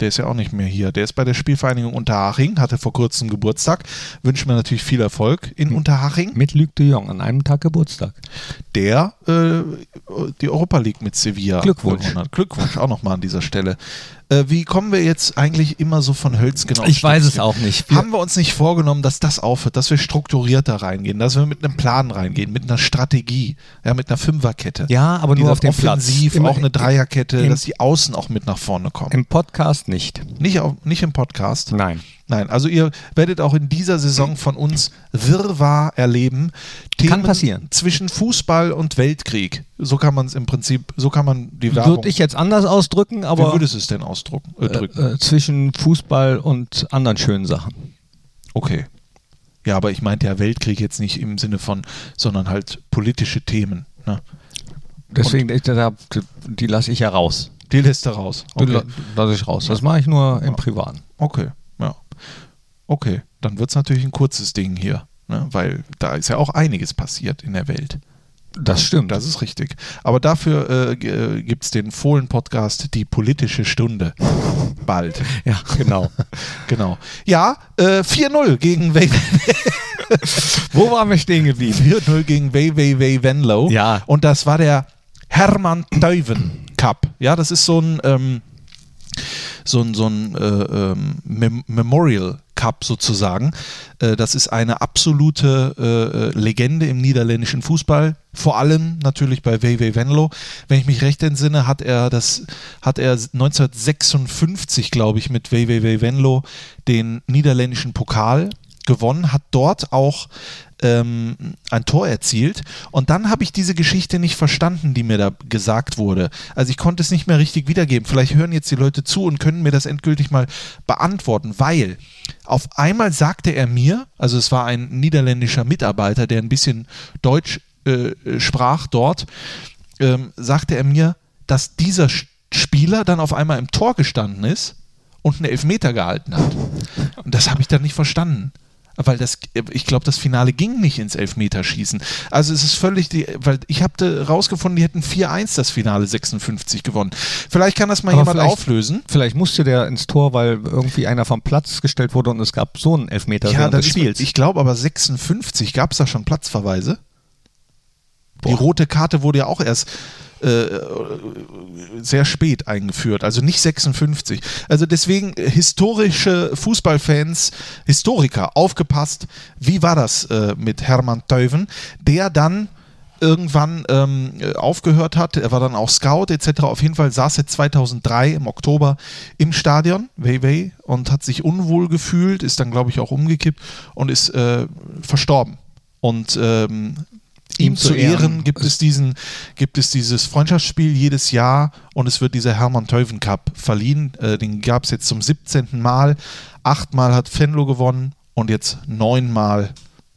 Speaker 1: Der ist ja auch nicht mehr hier. Der ist bei der Spielvereinigung Unterhaching, hatte vor kurzem Geburtstag. Wünschen wir natürlich viel Erfolg in
Speaker 2: Hm.
Speaker 1: Unterhaching.
Speaker 2: Mit Luc de Jong an einem Tag Geburtstag.
Speaker 1: der äh, die Europa League mit Sevilla
Speaker 2: Glückwunsch.
Speaker 1: gewonnen hat. Glückwunsch auch nochmal an dieser Stelle. Äh, wie kommen wir jetzt eigentlich immer so von Hölzgen auf
Speaker 2: Ich weiß es
Speaker 1: Stöckchen?
Speaker 2: auch nicht. Wir-
Speaker 1: Haben wir uns nicht vorgenommen, dass das aufhört, dass wir strukturierter reingehen, dass wir mit einem Plan reingehen, mit einer Strategie, ja, mit einer Fünferkette.
Speaker 2: Ja, aber
Speaker 1: Die
Speaker 2: nur
Speaker 1: dann
Speaker 2: auf dem Platz.
Speaker 1: offensiv,
Speaker 2: Immer
Speaker 1: auch eine
Speaker 2: in-
Speaker 1: Dreierkette,
Speaker 2: in-
Speaker 1: dass die Außen auch mit nach vorne kommen.
Speaker 2: Im Podcast nicht.
Speaker 1: nicht, auf, nicht im Podcast.
Speaker 2: Nein.
Speaker 1: Nein, also ihr werdet auch in dieser Saison von uns Wirrwarr erleben.
Speaker 2: Kann passieren.
Speaker 1: Zwischen Fußball und Weltkrieg. So kann man es im Prinzip, so kann man die Werbung.
Speaker 2: Würde ich jetzt anders ausdrücken,
Speaker 1: wie
Speaker 2: aber
Speaker 1: würdest du es denn ausdrucken? Äh, drücken?
Speaker 2: äh, zwischen Fußball und anderen schönen Sachen.
Speaker 1: okay. Ja, aber ich meinte ja Weltkrieg jetzt nicht im Sinne von, sondern halt politische Themen. Ne?
Speaker 2: Deswegen, ich, da, die lasse ich ja raus.
Speaker 1: Die lässt er raus.
Speaker 2: Die la- lasse ich raus. Das mache ich nur im Privaten.
Speaker 1: Okay, ja. Okay, dann wird es natürlich ein kurzes Ding hier, ne? weil da ist ja auch einiges passiert in der Welt.
Speaker 2: Das stimmt.
Speaker 1: Das ist richtig. Aber dafür äh, gibt es den Fohlen-Podcast Die politische Stunde. Bald.
Speaker 2: Ja, genau.
Speaker 1: genau. Ja, äh, 4-0 gegen Wei
Speaker 2: Wo waren wir stehen geblieben?
Speaker 1: 4-0 gegen Wei Wei Wei Venlo.
Speaker 2: Ja.
Speaker 1: Und das war der Hermann Teuven Cup. Ja, das ist so ein, ähm, so ein, so ein äh, ähm, Mem Memorial Cup sozusagen. Äh, das ist eine absolute äh, äh, Legende im niederländischen Fußball. Vor allem natürlich bei WW Venlo. Wenn ich mich recht entsinne, hat er das, hat er 1956, glaube ich, mit WW Venlo den niederländischen Pokal gewonnen, hat dort auch ähm, ein Tor erzielt. Und dann habe ich diese Geschichte nicht verstanden, die mir da gesagt wurde. Also ich konnte es nicht mehr richtig wiedergeben. Vielleicht hören jetzt die Leute zu und können mir das endgültig mal beantworten, weil auf einmal sagte er mir, also es war ein niederländischer Mitarbeiter, der ein bisschen Deutsch äh, sprach dort, ähm, sagte er mir, dass dieser Sch- Spieler dann auf einmal im Tor gestanden ist und einen Elfmeter gehalten hat. Und das habe ich dann nicht verstanden. Weil das, ich glaube, das Finale ging nicht ins Elfmeterschießen. Also es ist völlig, die, weil ich habe rausgefunden, die hätten 4-1 das Finale 56 gewonnen. Vielleicht kann das mal
Speaker 2: Aber
Speaker 1: jemand
Speaker 2: vielleicht-
Speaker 1: auflösen.
Speaker 2: Vielleicht musste der ins Tor, weil irgendwie einer vom Platz gestellt wurde und es gab so einen Elfmeter
Speaker 1: ja,
Speaker 2: während
Speaker 1: das
Speaker 2: des
Speaker 1: Spiels.
Speaker 2: Spiels.
Speaker 1: Ich glaube aber 56 gab es da schon Platzverweise. Die
Speaker 2: Boah.
Speaker 1: rote Karte wurde ja auch erst äh, sehr spät eingeführt, also nicht 56. Also deswegen äh, historische Fußballfans, Historiker, aufgepasst, wie war das äh, mit Hermann Teuven, der dann irgendwann ähm, äh, aufgehört hat, er war dann auch Scout etc. Auf jeden Fall saß er 2003 im Oktober im Stadion, Wei Wei, und hat sich unwohl gefühlt, ist dann glaube ich auch umgekippt und ist äh, verstorben. Und ähm, ihm, zu Ehren gibt es, diesen, gibt es dieses Freundschaftsspiel jedes Jahr und es wird dieser Hermann Teuven Cup verliehen. Äh, den gab es jetzt zum 17. Mal. Achtmal hat Venlo gewonnen und jetzt neunmal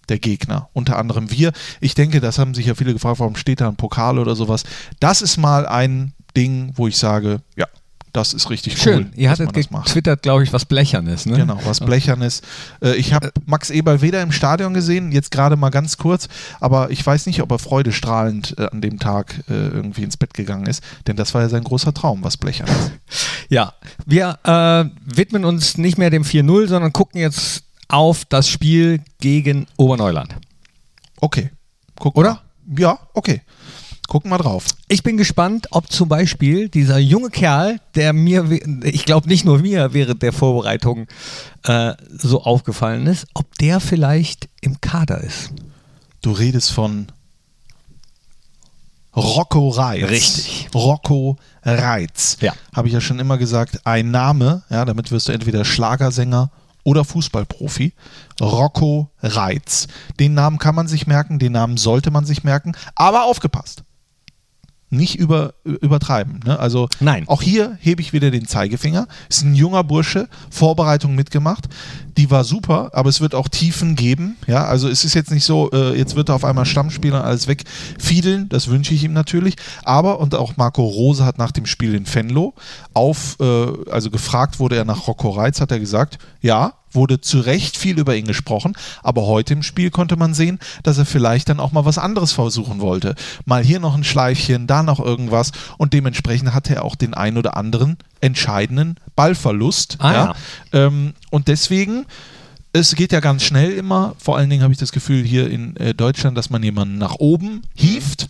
Speaker 1: der Gegner. Unter anderem wir. Ich denke, das haben sich ja viele gefragt, warum steht da ein Pokal oder sowas. Das ist mal ein Ding, wo ich sage, ja, das ist richtig
Speaker 2: Schön.
Speaker 1: cool,
Speaker 2: Ihr
Speaker 1: dass
Speaker 2: hattet
Speaker 1: man das macht.
Speaker 2: getwittert, glaube ich, was Blechernes, ne?
Speaker 1: Genau, was Blechernes. Äh, ich habe Max Eberl weder im Stadion gesehen, jetzt gerade mal ganz kurz, aber ich weiß nicht, ob er freudestrahlend äh, an dem Tag äh, irgendwie ins Bett gegangen ist, denn das war ja sein großer Traum, was Blechernes.
Speaker 2: Ja, wir äh, widmen uns nicht mehr dem 4-0, sondern gucken jetzt auf das Spiel gegen Oberneuland.
Speaker 1: Okay. Guck
Speaker 2: Oder?
Speaker 1: Mal. Ja, okay. Gucken wir drauf.
Speaker 2: Ich bin gespannt, ob zum Beispiel dieser junge Kerl, der mir, we- ich glaube nicht nur mir während der Vorbereitung äh, so aufgefallen ist, ob der vielleicht im Kader ist.
Speaker 1: Du redest von Rocco Reitz.
Speaker 2: Richtig.
Speaker 1: Rocco Reitz.
Speaker 2: Ja.
Speaker 1: Habe ich ja schon immer gesagt, ein Name, ja, damit wirst du entweder Schlagersänger oder Fußballprofi. Rocco Reitz. Den Namen kann man sich merken, den Namen sollte man sich merken, aber aufgepasst. Nicht über, übertreiben. Ne? Also
Speaker 2: Nein.
Speaker 1: auch hier hebe ich wieder den Zeigefinger. Ist ein junger Bursche, Vorbereitung mitgemacht. Die war super, aber es wird auch Tiefen geben. Ja, also es ist jetzt nicht so, äh, jetzt wird er auf einmal Stammspieler und alles wegfiedeln. Das wünsche ich ihm natürlich. Aber, und auch Marco Rose hat nach dem Spiel in Venlo auf, äh, also gefragt wurde er nach Rocco Reitz, hat er gesagt, ja, wurde zu Recht viel über ihn gesprochen, aber heute im Spiel konnte man sehen, dass er vielleicht dann auch mal was anderes versuchen wollte. Mal hier noch ein Schleifchen, da noch irgendwas und dementsprechend hatte er auch den ein oder anderen entscheidenden Ballverlust.
Speaker 2: Ah,
Speaker 1: ja. Ähm, und deswegen, es geht ja ganz schnell immer, vor allen Dingen habe ich das Gefühl hier in äh, Deutschland, dass man jemanden nach oben hieft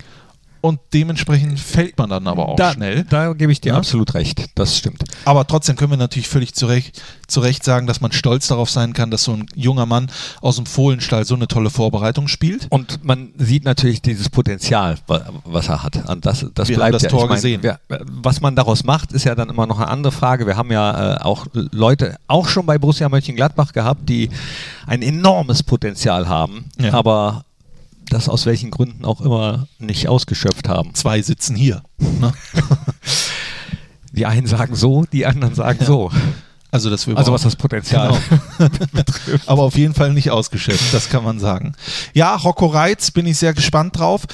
Speaker 1: und dementsprechend fällt man dann aber auch
Speaker 2: da,
Speaker 1: schnell.
Speaker 2: Da gebe ich dir
Speaker 1: Ja.
Speaker 2: absolut recht. Das stimmt.
Speaker 1: Aber trotzdem können wir natürlich völlig zu Recht, zu Recht sagen, dass man stolz darauf sein kann, dass so ein junger Mann aus dem Fohlenstall so eine tolle Vorbereitung spielt.
Speaker 2: Und man sieht natürlich dieses Potenzial, wa- was er hat. Und das, das
Speaker 1: Wir
Speaker 2: bleibt
Speaker 1: haben das
Speaker 2: ja.
Speaker 1: Tor
Speaker 2: ich mein,
Speaker 1: gesehen.
Speaker 2: wer- was man daraus macht, ist ja dann immer noch eine andere Frage. Wir haben ja äh, auch Leute, auch schon bei Borussia Mönchengladbach gehabt, die ein enormes Potenzial haben,
Speaker 1: Ja.
Speaker 2: aber das aus welchen Gründen auch immer nicht ausgeschöpft haben.
Speaker 1: Zwei sitzen hier. Ne?
Speaker 2: Die einen sagen so, die anderen sagen so.
Speaker 1: Also, dass wir
Speaker 2: Also was
Speaker 1: überhaupt-
Speaker 2: das Potenzial
Speaker 1: Genau.
Speaker 2: betrifft.
Speaker 1: aber auf jeden Fall nicht ausgeschöpft, das kann man sagen. Ja, Rocco Reitz bin ich sehr gespannt drauf,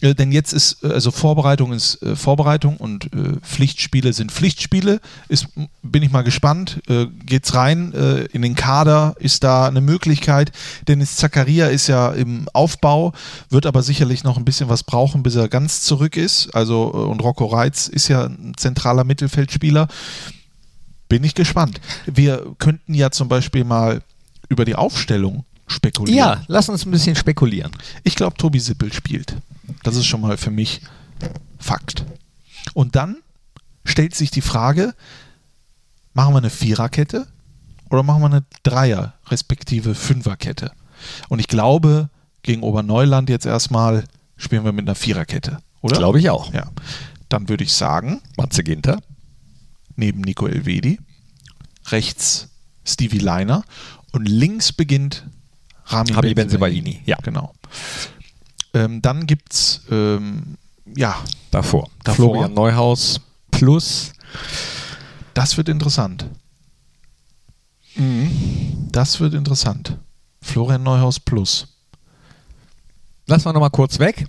Speaker 1: äh, denn jetzt ist, äh, also Vorbereitung ist äh, Vorbereitung und äh, Pflichtspiele sind Pflichtspiele, ist, bin ich mal gespannt, äh, geht's rein äh, in den Kader, ist da eine Möglichkeit, Dennis Zakaria ist ja im Aufbau, wird aber sicherlich noch ein bisschen was brauchen, bis er ganz zurück ist, also äh, und Rocco Reitz ist ja ein zentraler Mittelfeldspieler, bin ich gespannt. Wir könnten ja zum Beispiel mal über die Aufstellung spekulieren.
Speaker 2: Ja, lass uns ein bisschen spekulieren.
Speaker 1: Ich glaube, Tobi Sippel spielt. Das ist schon mal für mich Fakt. Und dann stellt sich die Frage, machen wir eine Viererkette oder machen wir eine Dreier- respektive Fünferkette? Und ich glaube, gegen Oberneuland jetzt erstmal spielen wir mit einer Viererkette, oder?
Speaker 2: Glaube ich auch.
Speaker 1: Ja. Dann würde ich sagen,
Speaker 2: Matze Ginter.
Speaker 1: neben Nico Elvedi, rechts Stevie Leiner und links beginnt Rami
Speaker 2: Rami Bensebaini, ja.
Speaker 1: Genau. Ähm, dann gibt es, ähm, ja,
Speaker 2: Davor.
Speaker 1: Davor.
Speaker 2: Florian Neuhaus plus
Speaker 1: das wird interessant. Das wird interessant. Florian Neuhaus plus.
Speaker 2: lassen wir nochmal kurz weg.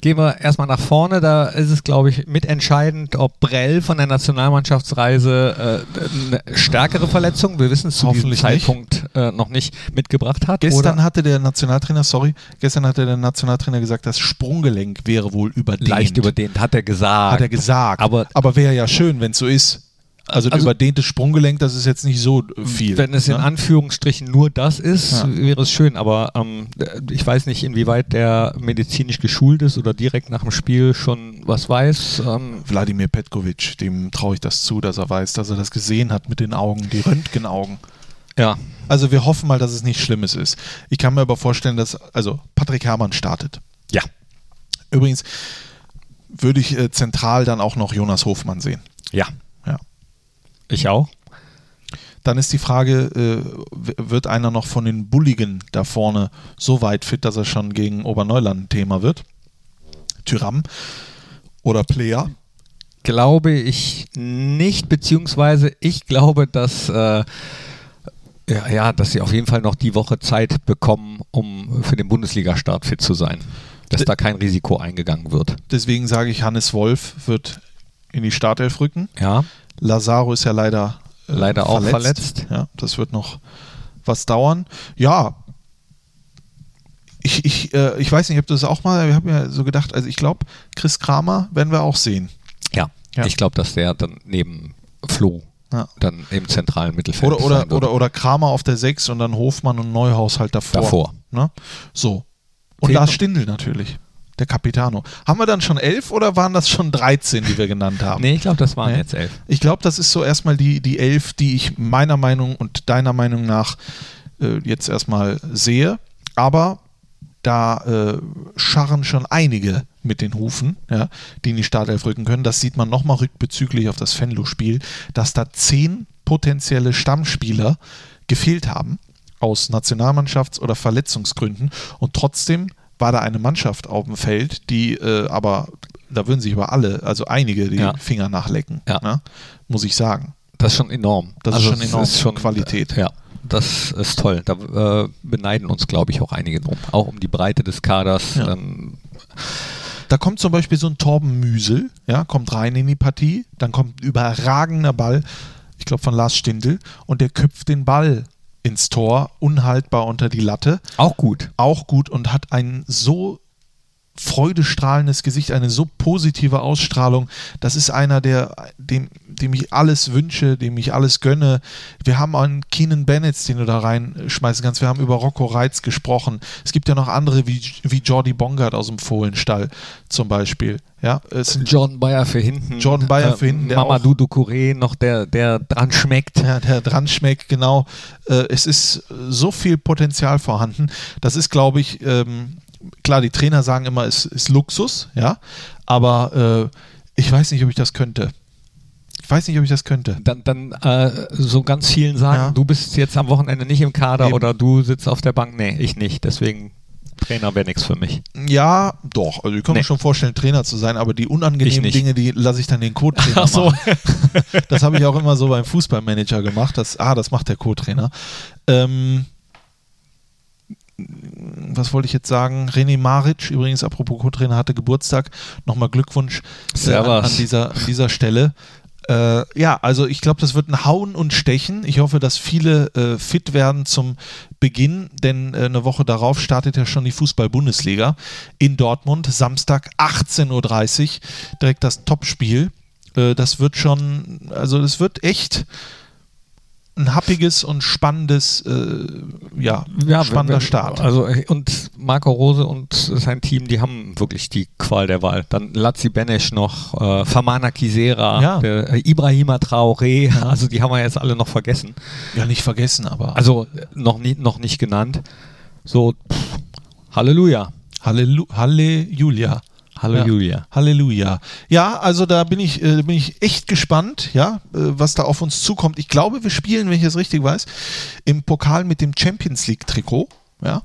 Speaker 2: Gehen wir erstmal nach vorne. Da ist es, glaube ich, mitentscheidend, ob Brell von der Nationalmannschaftsreise äh, eine stärkere Verletzung, wir wissen es zu diesem
Speaker 1: Hoffentlich
Speaker 2: Zeitpunkt äh, noch nicht, mitgebracht hat.
Speaker 1: Gestern
Speaker 2: oder
Speaker 1: hatte der Nationaltrainer, sorry, gestern hatte der Nationaltrainer gesagt, das Sprunggelenk wäre wohl überdehnt.
Speaker 2: leicht überdehnt, hat er gesagt.
Speaker 1: Hat er gesagt.
Speaker 2: Aber-
Speaker 1: wäre ja schön, wenn es so ist. Also, ein
Speaker 2: Also-
Speaker 1: überdehntes Sprunggelenk, das ist jetzt nicht so äh, viel.
Speaker 2: Wenn es in
Speaker 1: ne?
Speaker 2: Anführungsstrichen nur das ist,
Speaker 1: Ja.
Speaker 2: wäre es schön, aber ähm, ich weiß nicht, inwieweit der medizinisch geschult ist oder direkt nach dem Spiel schon was weiß. Ähm,
Speaker 1: Wladimir Petkovic, dem traue ich das zu, dass er weiß, dass er das gesehen hat mit den Augen, die Röntgenaugen.
Speaker 2: ja,
Speaker 1: Also wir hoffen mal, dass es nichts Schlimmes ist. Ich kann mir aber vorstellen, dass, also Patrick Herrmann startet.
Speaker 2: ja,
Speaker 1: Übrigens würde ich äh, zentral dann auch noch Jonas Hofmann sehen.
Speaker 2: ja,
Speaker 1: Ja.
Speaker 2: ich auch.
Speaker 1: Dann ist die Frage, äh, w- wird einer noch von den Bulligen da vorne so weit fit, dass er schon gegen Oberneuland ein Thema wird? Tyram oder Player?
Speaker 2: Glaube ich nicht, beziehungsweise ich glaube, dass, äh, ja, ja, dass sie auf jeden Fall noch die Woche Zeit bekommen, um für den Bundesliga-Start fit zu sein. Dass da kein Risiko eingegangen wird.
Speaker 1: Deswegen sage ich, Hannes Wolf wird in die Startelf rücken.
Speaker 2: Ja,
Speaker 1: Lazaro ist ja leider, äh,
Speaker 2: Leider auch verletzt.
Speaker 1: Ja, das wird noch was dauern. Ja, ich, ich, äh, ich weiß nicht, ob du das auch mal, ich habe mir so gedacht, also ich glaube, Chris Kramer werden wir auch sehen.
Speaker 2: ja.
Speaker 1: Ja.
Speaker 2: Ich glaube, dass der dann neben Flo
Speaker 1: Ja.
Speaker 2: dann im zentralen Mittelfeld
Speaker 1: Oder, oder,
Speaker 2: sein wird.
Speaker 1: oder, oder Kramer auf der 6 und dann Hofmann und Neuhaus halt davor.
Speaker 2: Davor.
Speaker 1: Ne? So. Und
Speaker 2: Fehlt
Speaker 1: Lars
Speaker 2: noch-
Speaker 1: Stindl natürlich, der Capitano. Haben wir dann schon elf oder waren das schon 13, die wir genannt haben?
Speaker 2: Nee, ich glaube, das waren
Speaker 1: Nee.
Speaker 2: jetzt elf.
Speaker 1: Ich glaube, das ist so erstmal die, die Elf, die ich meiner Meinung und deiner Meinung nach äh, jetzt erstmal sehe. Aber da äh, scharren schon einige mit den Hufen, ja, die in die Startelf rücken können. Das sieht man nochmal rückbezüglich auf das Fenlo-Spiel, dass da zehn potenzielle Stammspieler gefehlt haben aus Nationalmannschafts- oder Verletzungsgründen. Und trotzdem war da eine Mannschaft auf dem Feld, die äh, aber, da würden sich aber alle, also einige, die
Speaker 2: Ja.
Speaker 1: Finger nachlecken,
Speaker 2: Ja.
Speaker 1: ne? muss ich sagen.
Speaker 2: Das ist schon enorm. Also
Speaker 1: Das ist schon
Speaker 2: es
Speaker 1: enorm. Qualität.
Speaker 2: Äh, ja, das ist toll. Da äh, beneiden uns, glaube ich, auch einige drum. Auch um die Breite des Kaders.
Speaker 1: Ja.
Speaker 2: Ähm,
Speaker 1: Da kommt zum Beispiel so ein Torben Müsel, ja, kommt rein in die Partie, dann kommt ein überragender Ball, ich glaube von Lars Stindl, und der köpft den Ball ins Tor, unhaltbar unter die Latte,
Speaker 2: auch gut.
Speaker 1: auch gut und hat ein so freudestrahlendes Gesicht, eine so positive Ausstrahlung. Das ist einer, der, dem, dem ich alles wünsche, dem ich alles gönne. Wir haben an Keenan Bennett, den du da reinschmeißen kannst. Wir haben über Rocco Reitz gesprochen. Es gibt ja noch andere wie, wie Jordi Bongard aus dem Fohlenstall zum Beispiel. Ja, es sind
Speaker 2: Jordan Bayer für hinten. äh,
Speaker 1: Jordan Bayer für hinten, der
Speaker 2: Mamadou Ducouré noch, der, der dran schmeckt.
Speaker 1: Ja, der dran schmeckt, genau. Äh, es ist äh, so viel Potenzial vorhanden. Das ist, glaube ich, ähm, klar, die Trainer sagen immer, es ist Luxus, ja, aber äh, ich weiß nicht, ob ich das könnte. Ich weiß nicht, ob ich das könnte.
Speaker 2: Dann, dann äh, so ganz vielen sagen,
Speaker 1: Ja.
Speaker 2: du bist jetzt am Wochenende nicht im Kader
Speaker 1: Eben.
Speaker 2: oder du sitzt auf der Bank. Nee, ich nicht. Deswegen Trainer wäre nichts für mich.
Speaker 1: Ja, doch. Also ich kann
Speaker 2: Nee.
Speaker 1: mir schon vorstellen, Trainer zu sein, aber die
Speaker 2: Ich
Speaker 1: unangenehmen
Speaker 2: nicht.
Speaker 1: Dinge, die lasse ich dann den Co-Trainer
Speaker 2: Ach so.
Speaker 1: machen. Das habe ich auch immer so beim Fußballmanager gemacht. Das, ah, das macht der Co-Trainer. Ähm, was wollte ich jetzt sagen? René Maric, übrigens, apropos Co-Trainer, hatte Geburtstag. Nochmal Glückwunsch äh, an,
Speaker 2: Servus.
Speaker 1: an, dieser, an dieser Stelle. Äh, ja, also ich glaube, das wird ein Hauen und Stechen. Ich hoffe, dass viele äh, fit werden zum Beginn, denn äh, eine Woche darauf startet ja schon die Fußball-Bundesliga in Dortmund. Samstag 18.30 Uhr, direkt das Topspiel. Äh, das wird schon, also das wird echt ein happiges und spannendes, äh, ja, spannender
Speaker 2: wenn-
Speaker 1: Start.
Speaker 2: Also äh, und Marco Rose und sein Team, die haben wirklich die Qual der Wahl. Dann Lazzi Benesch noch, äh, Famana Kisera,
Speaker 1: Ja.
Speaker 2: der, äh, Ibrahima Traoré, also die haben wir jetzt alle noch vergessen.
Speaker 1: ja, nicht vergessen, aber
Speaker 2: Also äh, noch, nie, noch nicht genannt. So, pff, Halleluja.
Speaker 1: Hallelu Halleluja.
Speaker 2: Halleluja.
Speaker 1: Ja. Halleluja. Ja, also da bin ich, äh, bin ich echt gespannt, ja, äh, was da auf uns zukommt. Ich glaube, wir spielen, wenn ich es richtig weiß, im Pokal mit dem Champions League-Trikot. Ja.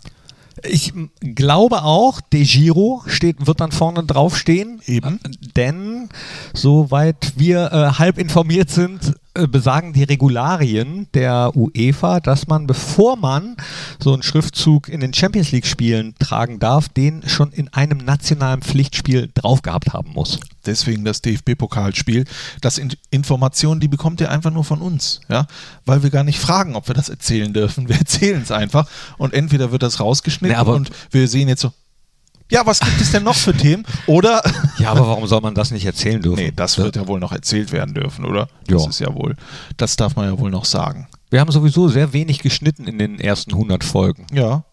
Speaker 2: Ich m, glaube auch, De Giro steht, wird dann vorne draufstehen.
Speaker 1: Eben.
Speaker 2: Äh, Denn, soweit wir äh, halb informiert sind, äh, besagen die Regularien der UEFA, dass man, bevor man so einen Schriftzug in den Champions League-Spielen tragen darf, den schon in einem nationalen Pflichtspiel drauf gehabt haben muss.
Speaker 1: Deswegen das DFB-Pokalspiel. Das in Informationen, die bekommt ihr einfach nur von uns, ja, weil wir gar nicht fragen, ob wir das erzählen dürfen. Wir erzählen es einfach und entweder wird das rausgeschnitten
Speaker 2: Nee, aber-
Speaker 1: und wir sehen jetzt so, ja, was gibt es denn noch für Themen? Oder
Speaker 2: Ja, aber warum soll man das nicht erzählen dürfen?
Speaker 1: Nee, das wird ja wohl noch erzählt werden dürfen, oder? Das
Speaker 2: Ja.
Speaker 1: ist ne? ja wohl. Das darf man ja wohl noch sagen.
Speaker 2: Wir haben sowieso sehr wenig geschnitten in den ersten 100 Folgen,
Speaker 1: Ja.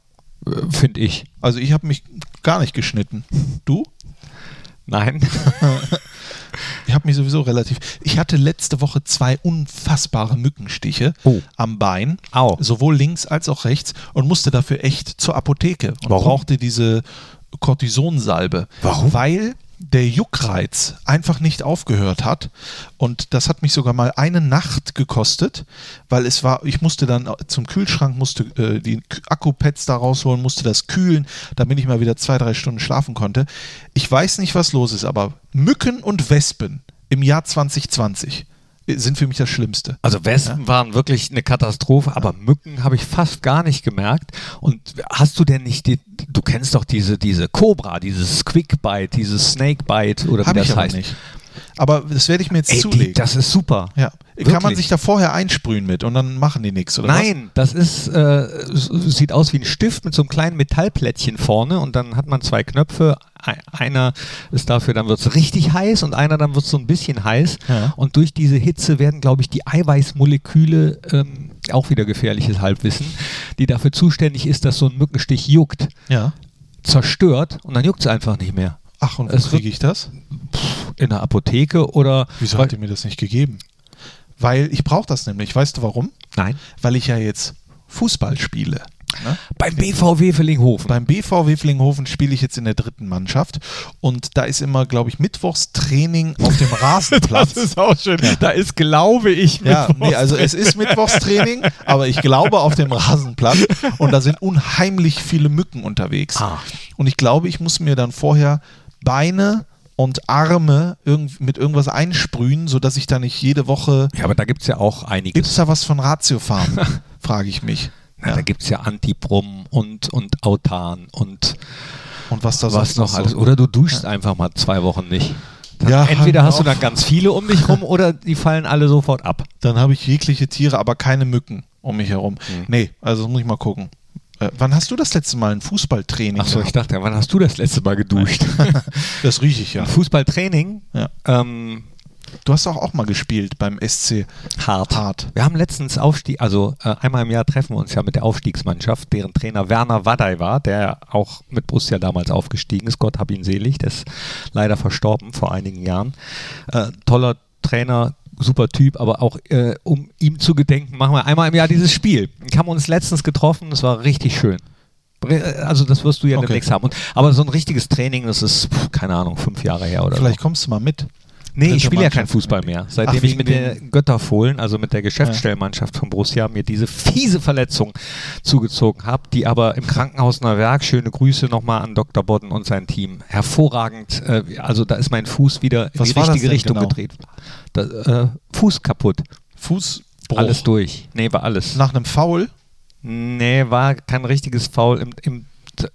Speaker 2: äh, finde ich.
Speaker 1: Also ich habe mich gar nicht geschnitten. Du?
Speaker 2: Nein.
Speaker 1: Ich habe mich sowieso relativ. Ich hatte letzte Woche zwei unfassbare Mückenstiche
Speaker 2: Oh.
Speaker 1: am Bein,
Speaker 2: Au.
Speaker 1: sowohl links als auch rechts, und musste dafür echt zur Apotheke und
Speaker 2: Warum?
Speaker 1: brauchte diese Kortisonsalbe. Warum? Weil der Juckreiz einfach nicht aufgehört hat und das hat mich sogar mal eine Nacht gekostet, weil es war, ich musste dann zum Kühlschrank, musste äh, die K- Akkupads da rausholen, musste das kühlen, damit ich mal wieder zwei, drei Stunden schlafen konnte. Ich weiß nicht, was los ist, aber Mücken und Wespen im Jahr 2020 sind für mich das Schlimmste.
Speaker 2: Also Wespen waren wirklich eine Katastrophe, aber Mücken habe ich fast gar nicht gemerkt. Und hast du denn nicht, die, du kennst doch diese diese Cobra, dieses Quickbite, dieses Snakebite oder
Speaker 1: Hab
Speaker 2: wie das
Speaker 1: aber
Speaker 2: heißt.
Speaker 1: nicht. Aber das werde ich mir jetzt
Speaker 2: Ey,
Speaker 1: zulegen.
Speaker 2: die, das ist super.
Speaker 1: ja. Kann man
Speaker 2: Wirklich.
Speaker 1: sich da vorher einsprühen mit und dann machen die nichts, oder was?
Speaker 2: Nein, das ist äh, s- sieht aus wie ein Stift mit so einem kleinen Metallplättchen vorne und dann hat man zwei Knöpfe. Ei- Einer ist dafür, dann wird es richtig heiß und einer dann wird es so ein bisschen heiß.
Speaker 1: Ja.
Speaker 2: Und durch diese Hitze werden, glaube ich, die Eiweißmoleküle ähm, auch wieder gefährliches Halbwissen, die dafür zuständig ist, dass so ein Mückenstich juckt,
Speaker 1: Ja.
Speaker 2: zerstört und dann juckt es einfach nicht mehr.
Speaker 1: Ach, und wo
Speaker 2: Es wird-
Speaker 1: kriege ich das?
Speaker 2: In der Apotheke oder.
Speaker 1: Wieso
Speaker 2: weil,
Speaker 1: habt ihr mir das nicht gegeben? Weil ich brauche das nämlich. Weißt du warum?
Speaker 2: Nein.
Speaker 1: Weil ich ja jetzt Fußball spiele. Ne?
Speaker 2: Beim BVW Villinghofen.
Speaker 1: Beim BVW Flinghofen spiele ich jetzt in der dritten Mannschaft und da ist immer, glaube ich, Mittwochs Training auf dem Rasenplatz.
Speaker 2: auch schön. Da ist, glaube ich,
Speaker 1: Ja, nee, also es ist Mittwochstraining, aber ich glaube auf dem Rasenplatz und da sind unheimlich viele Mücken unterwegs.
Speaker 2: Ah.
Speaker 1: Und ich glaube, ich muss mir dann vorher Beine und Arme irgend mit irgendwas einsprühen, sodass ich da nicht jede Woche.
Speaker 2: Ja, aber da gibt es ja auch
Speaker 1: Gibt
Speaker 2: einiges.
Speaker 1: es da was von Ratiofarm? frage ich mich.
Speaker 2: Na, Da gibt es ja Antibrum und, und Autan und
Speaker 1: Und was da
Speaker 2: was
Speaker 1: sonst
Speaker 2: noch
Speaker 1: so-
Speaker 2: alles. Oder du duschst einfach mal zwei Wochen nicht. Dann
Speaker 1: Ja,
Speaker 2: entweder
Speaker 1: hör
Speaker 2: hast du
Speaker 1: auf.
Speaker 2: dann ganz viele um dich rum oder die fallen alle sofort ab.
Speaker 1: Dann habe ich jegliche Tiere, aber keine Mücken um mich herum.
Speaker 2: Hm.
Speaker 1: Nee, also muss ich mal gucken. Äh, wann hast du das letzte Mal ein Fußballtraining?
Speaker 2: Achso, ich
Speaker 1: gehabt?
Speaker 2: dachte, wann hast du das letzte Mal geduscht?
Speaker 1: das rieche ich ja.
Speaker 2: Fußballtraining?
Speaker 1: Ja.
Speaker 2: Ähm,
Speaker 1: Du hast auch, auch mal gespielt beim SC.
Speaker 2: hart.
Speaker 1: Hart.
Speaker 2: Wir haben letztens Aufstieg, also äh, einmal im Jahr treffen wir uns ja mit der Aufstiegsmannschaft, deren Trainer Werner Wadey war, der auch mit Borussia damals aufgestiegen ist. Gott hab ihn selig, der ist leider verstorben vor einigen Jahren. Äh, toller Trainer, super Typ, aber auch äh, um ihm zu gedenken, machen wir einmal im Jahr dieses Spiel. Wir haben uns letztens getroffen, es war richtig schön. Re- Also das wirst du ja
Speaker 1: Okay.
Speaker 2: demnächst haben. Und, aber so ein richtiges Training, das ist, pf, keine Ahnung, fünf Jahre her oder
Speaker 1: Vielleicht kommst du mal mit.
Speaker 2: so. Genau. Nee,
Speaker 1: Dritte
Speaker 2: ich spiele ja keinen
Speaker 1: Mannschaft.
Speaker 2: Fußball mehr. Seitdem
Speaker 1: Ach, wegen
Speaker 2: ich mit der Götterfohlen, also mit der Geschäftsstellmannschaft von Borussia, mir diese fiese Verletzung zugezogen habe, die aber im Krankenhaus Neuwerk, schöne Grüße nochmal an Dr. Bodden und sein Team, hervorragend, äh, also da ist mein Fuß wieder in
Speaker 1: Was
Speaker 2: die
Speaker 1: war das
Speaker 2: richtige
Speaker 1: denn
Speaker 2: Richtung
Speaker 1: genau?
Speaker 2: gedreht. Da, äh, Fuß kaputt,
Speaker 1: Fußbruch.
Speaker 2: alles durch. Nee, war alles.
Speaker 1: Nach einem Foul.
Speaker 2: Nee, war kein richtiges Foul im... im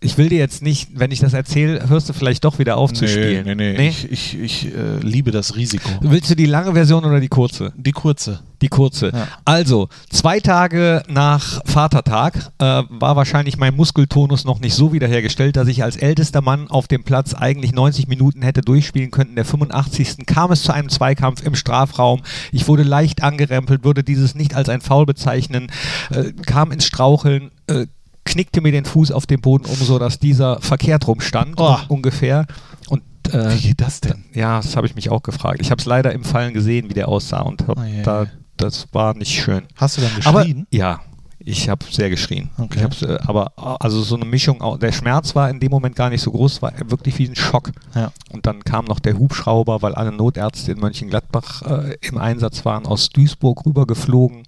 Speaker 2: ich will dir jetzt nicht, wenn ich das erzähle, hörst du vielleicht doch wieder auf zu spielen.
Speaker 1: Ich, ich, ich äh, liebe das Risiko.
Speaker 2: Willst du die lange Version oder die kurze?
Speaker 1: Die kurze.
Speaker 2: Die kurze.
Speaker 1: Ja.
Speaker 2: Also, zwei Tage nach Vatertag äh, war wahrscheinlich mein Muskeltonus noch nicht so wiederhergestellt, dass ich als ältester Mann auf dem Platz eigentlich 90 Minuten hätte durchspielen können. In der 85. kam es zu einem Zweikampf im Strafraum. Ich wurde leicht angerempelt, würde dieses nicht als ein Foul bezeichnen, äh, kam ins Straucheln. Äh, knickte mir den Fuß auf den Boden um, so dass dieser verkehrt rum stand,
Speaker 1: Oh.
Speaker 2: ungefähr. Und äh,
Speaker 1: Wie geht das denn?
Speaker 2: ja, das habe ich mich auch gefragt. Ich habe es leider im Fallen gesehen, wie der aussah und hab
Speaker 1: Ah, je,
Speaker 2: da,
Speaker 1: je.
Speaker 2: das war nicht schön.
Speaker 1: Hast du dann
Speaker 2: Aber
Speaker 1: geschrien?
Speaker 2: ja, ich habe sehr geschrien.
Speaker 1: Okay.
Speaker 2: Ich hab's, äh, aber äh, also so eine Mischung, au- der Schmerz war in dem Moment gar nicht so groß, war wirklich wie ein Schock.
Speaker 1: Ja.
Speaker 2: Und dann kam noch der Hubschrauber, weil alle Notärzte in Mönchengladbach äh, im Einsatz waren, aus Duisburg rübergeflogen.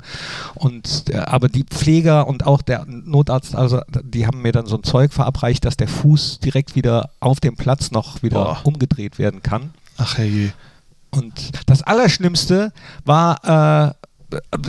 Speaker 2: Und äh, aber die Pfleger und auch der Notarzt, also die haben mir dann so ein Zeug verabreicht, dass der Fuß direkt wieder auf dem Platz noch wieder
Speaker 1: Boah.
Speaker 2: umgedreht werden kann.
Speaker 1: Ach herrje.
Speaker 2: Und das Allerschlimmste war, äh,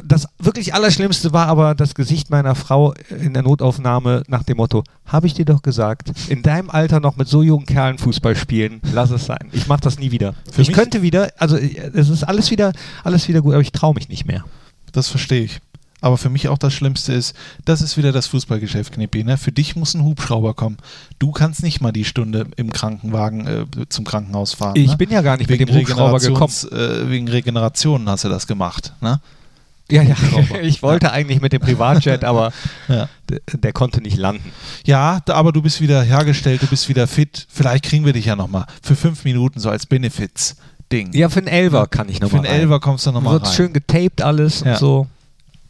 Speaker 2: das wirklich Allerschlimmste war aber das Gesicht meiner Frau in der Notaufnahme nach dem Motto, habe ich dir doch gesagt, in deinem Alter noch mit so jungen Kerlen Fußball spielen, lass es sein. Ich mache das nie wieder.
Speaker 1: Für
Speaker 2: ich
Speaker 1: mich-
Speaker 2: könnte wieder, also äh, es ist alles wieder, alles wieder gut, aber ich traue mich nicht mehr.
Speaker 1: Das verstehe ich. Aber für mich auch das Schlimmste ist, das ist wieder das Fußballgeschäft, Knippi. Ne? Für dich muss ein Hubschrauber kommen. Du kannst nicht mal die Stunde im Krankenwagen äh, zum Krankenhaus fahren.
Speaker 2: Ich
Speaker 1: ne?
Speaker 2: bin ja gar nicht mit dem Hubschrauber gekommen.
Speaker 1: Regenerations- Äh, wegen Regeneration hast du das gemacht. Ne?
Speaker 2: Ja, ja,
Speaker 1: Hubschrauber.
Speaker 2: ich wollte eigentlich mit dem Privatjet, aber
Speaker 1: Ja.
Speaker 2: d- der konnte nicht landen.
Speaker 1: ja, da- aber du bist wieder hergestellt, du bist wieder fit. Vielleicht kriegen wir dich ja nochmal für fünf Minuten so als Benefits-Ding.
Speaker 2: Ja, für einen Elver kann ich
Speaker 1: Für
Speaker 2: nochmal
Speaker 1: einen Elfer kommst du nochmal
Speaker 2: Wird
Speaker 1: rein.
Speaker 2: schön getaped alles
Speaker 1: Ja.
Speaker 2: und so.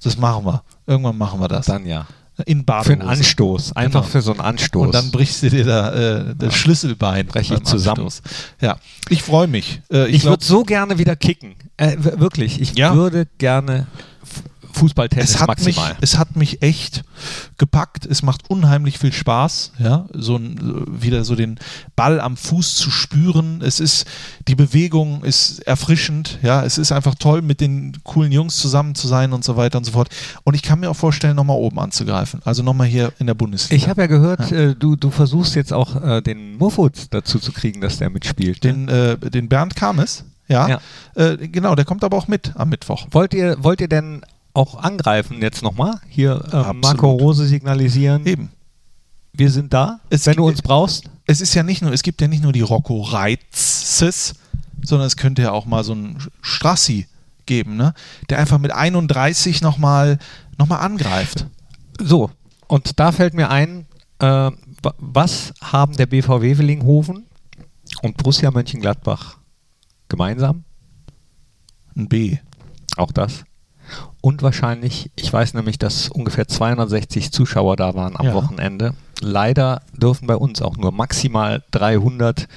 Speaker 1: Das machen wir. Irgendwann machen wir das.
Speaker 2: Dann ja.
Speaker 1: In
Speaker 2: Für einen
Speaker 1: Badehose.
Speaker 2: Anstoß. Einfach
Speaker 1: Genau.
Speaker 2: für so einen Anstoß.
Speaker 1: Und dann brichst du dir da äh, das Schlüsselbein.
Speaker 2: Brech ich
Speaker 1: beim
Speaker 2: zusammen.
Speaker 1: Anstoß. Ja, ich freue mich. Äh, ich
Speaker 2: ich
Speaker 1: glaub,
Speaker 2: würde so gerne wieder kicken. Äh, w- wirklich. Ich
Speaker 1: Ja.
Speaker 2: würde gerne F- Fußballtennis
Speaker 1: es hat, mich,
Speaker 2: maximal.
Speaker 1: es hat mich echt gepackt. Es macht unheimlich viel Spaß, ja, so ein, äh, wieder so den Ball am Fuß zu spüren. Es ist, die Bewegung ist erfrischend, ja. Es ist einfach toll, mit den coolen Jungs zusammen zu sein und so weiter und so fort. Und ich kann mir auch vorstellen, nochmal oben anzugreifen. Also nochmal hier in der Bundesliga.
Speaker 2: ich habe ja gehört, äh, du, du versuchst jetzt auch äh, den Murphut dazu zu kriegen, dass der mitspielt.
Speaker 1: den, äh, den Bernd Kames, ja.
Speaker 2: Ja.
Speaker 1: Äh, genau, der kommt aber auch mit am Mittwoch.
Speaker 2: wollt, ihr, wollt ihr denn auch angreifen jetzt nochmal? Hier äh,
Speaker 1: Absolut.
Speaker 2: Marco Rose signalisieren,
Speaker 1: Eben.
Speaker 2: wir sind da,
Speaker 1: Es-
Speaker 2: wenn du uns brauchst.
Speaker 1: es ist ja nicht nur, es gibt ja nicht nur die Rocco Reitzes, sondern es könnte ja auch mal so einen Strassi geben, ne? Der einfach mit 31 nochmal noch mal angreift.
Speaker 2: So, und da fällt mir ein, äh, wa- was haben der BVW Willinghofen und Borussia Mönchengladbach gemeinsam?
Speaker 1: Ein B.
Speaker 2: Auch das. Und wahrscheinlich, ich weiß nämlich, dass ungefähr 260 Zuschauer da waren am
Speaker 1: Ja.
Speaker 2: Wochenende. Leider dürfen bei uns auch nur maximal 300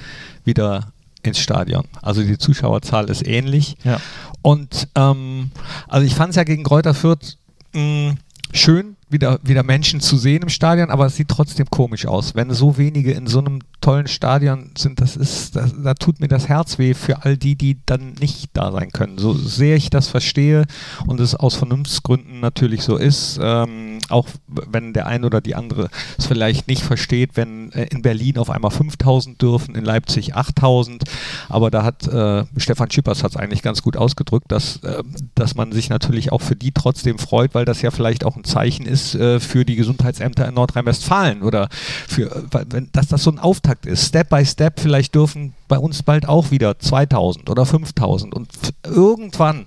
Speaker 2: wieder ins Stadion. Also die Zuschauerzahl ist ähnlich.
Speaker 1: Ja.
Speaker 2: Und ähm, also ich fand es ja gegen Kräuter Fürth mh, schön, wieder, wieder Menschen zu sehen im Stadion, aber es sieht trotzdem komisch aus. Wenn so wenige in so einem tollen Stadion sind, das ist, das, da tut mir das Herz weh für all die, die dann nicht da sein können. So sehr ich das verstehe und es aus Vernunftsgründen natürlich so ist, ähm, auch wenn der eine oder die andere es vielleicht nicht versteht, wenn äh, in Berlin auf einmal 5000 dürfen, in Leipzig 8000. Aber da hat äh, Stefan Schippers hat es eigentlich ganz gut ausgedrückt, dass, äh, dass man sich natürlich auch für die trotzdem freut, weil das ja vielleicht auch ein Zeichen ist äh, für die Gesundheitsämter in Nordrhein-Westfalen oder für, äh, weil- wenn, dass das so ein Auftakt ist. Step by Step, vielleicht dürfen bei uns bald auch wieder 2000 oder 5000 und f- irgendwann.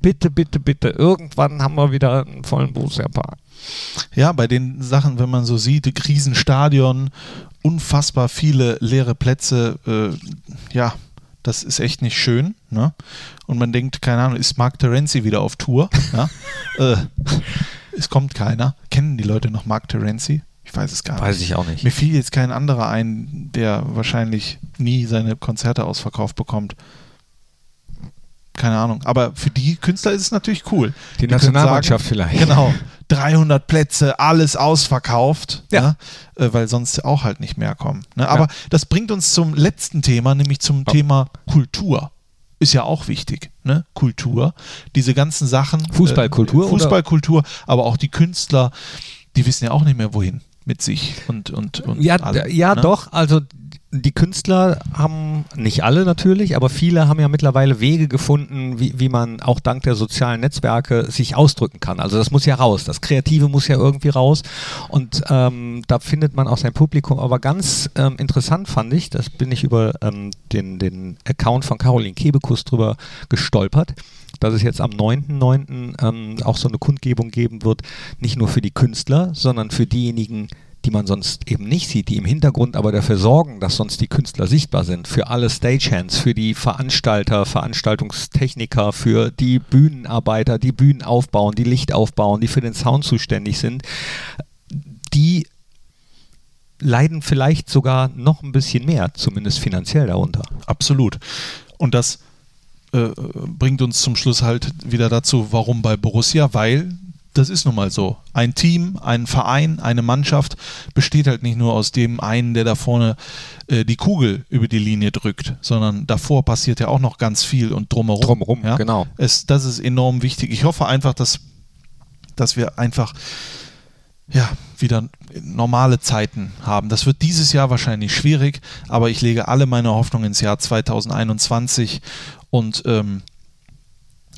Speaker 2: Bitte, bitte, bitte. Irgendwann haben wir wieder einen vollen Borussia-Park.
Speaker 1: Ja, bei den Sachen, wenn man so sieht, Krisenstadion, unfassbar viele leere Plätze, äh, ja, das ist echt nicht schön. Ne? Und man denkt, keine Ahnung, ist Mark Terenzi wieder auf Tour? Ja? äh, es kommt keiner. Kennen die Leute noch Mark Terenzi? Ich weiß es gar nicht.
Speaker 2: ich auch nicht.
Speaker 1: Mir fiel jetzt kein anderer ein, der wahrscheinlich nie seine Konzerte ausverkauft bekommt. keine Ahnung. Aber für die Künstler ist es natürlich cool.
Speaker 2: Die
Speaker 1: können
Speaker 2: Nationalmannschaft vielleicht.
Speaker 1: Genau. 300 Plätze, alles ausverkauft,
Speaker 2: Ja.
Speaker 1: ne? Äh, weil sonst auch halt nicht mehr kommen. Ne? Aber das bringt uns zum letzten Thema, nämlich zum Thema Kultur. Ist ja auch wichtig, ne? Kultur. Diese ganzen Sachen.
Speaker 2: Fußballkultur
Speaker 1: Äh,
Speaker 2: oder-
Speaker 1: Fußballkultur, aber auch die Künstler, die wissen ja auch nicht mehr, wohin mit sich und und und
Speaker 2: Ja,
Speaker 1: allem,
Speaker 2: ja
Speaker 1: ne?
Speaker 2: doch. Also die Künstler haben, nicht alle natürlich, aber viele haben ja mittlerweile Wege gefunden, wie, wie man auch dank der sozialen Netzwerke sich ausdrücken kann. Also das muss ja raus. Das Kreative muss ja irgendwie raus. Und ähm, da findet man auch sein Publikum. Aber ganz ähm, interessant fand ich, das bin ich über ähm, den, den Account von Caroline Kebekus drüber gestolpert dass es jetzt am 9.9. Ähm, auch so eine Kundgebung geben wird, nicht nur für die Künstler, sondern für diejenigen, die man sonst eben nicht sieht, die im Hintergrund aber dafür sorgen, dass sonst die Künstler sichtbar sind, für alle Stagehands, für die Veranstalter, Veranstaltungstechniker, für die Bühnenarbeiter, die Bühnen aufbauen, die Licht aufbauen, die für den Sound zuständig sind, die leiden vielleicht sogar noch ein bisschen mehr, zumindest finanziell darunter.
Speaker 1: Absolut. Und das äh, bringt uns zum Schluss halt wieder dazu, warum bei Borussia? Weil das ist nun mal so. Ein Team, ein Verein, eine Mannschaft besteht halt nicht nur aus dem einen, der da vorne äh, die Kugel über die Linie drückt, sondern davor passiert ja auch noch ganz viel und drumherum.
Speaker 2: Drumherum,
Speaker 1: ja?
Speaker 2: genau.
Speaker 1: Es, das ist enorm wichtig. Ich hoffe einfach, dass, dass wir einfach ja, wieder normale Zeiten haben. Das wird dieses Jahr wahrscheinlich schwierig, aber ich lege alle meine Hoffnungen ins Jahr 2021 und ähm,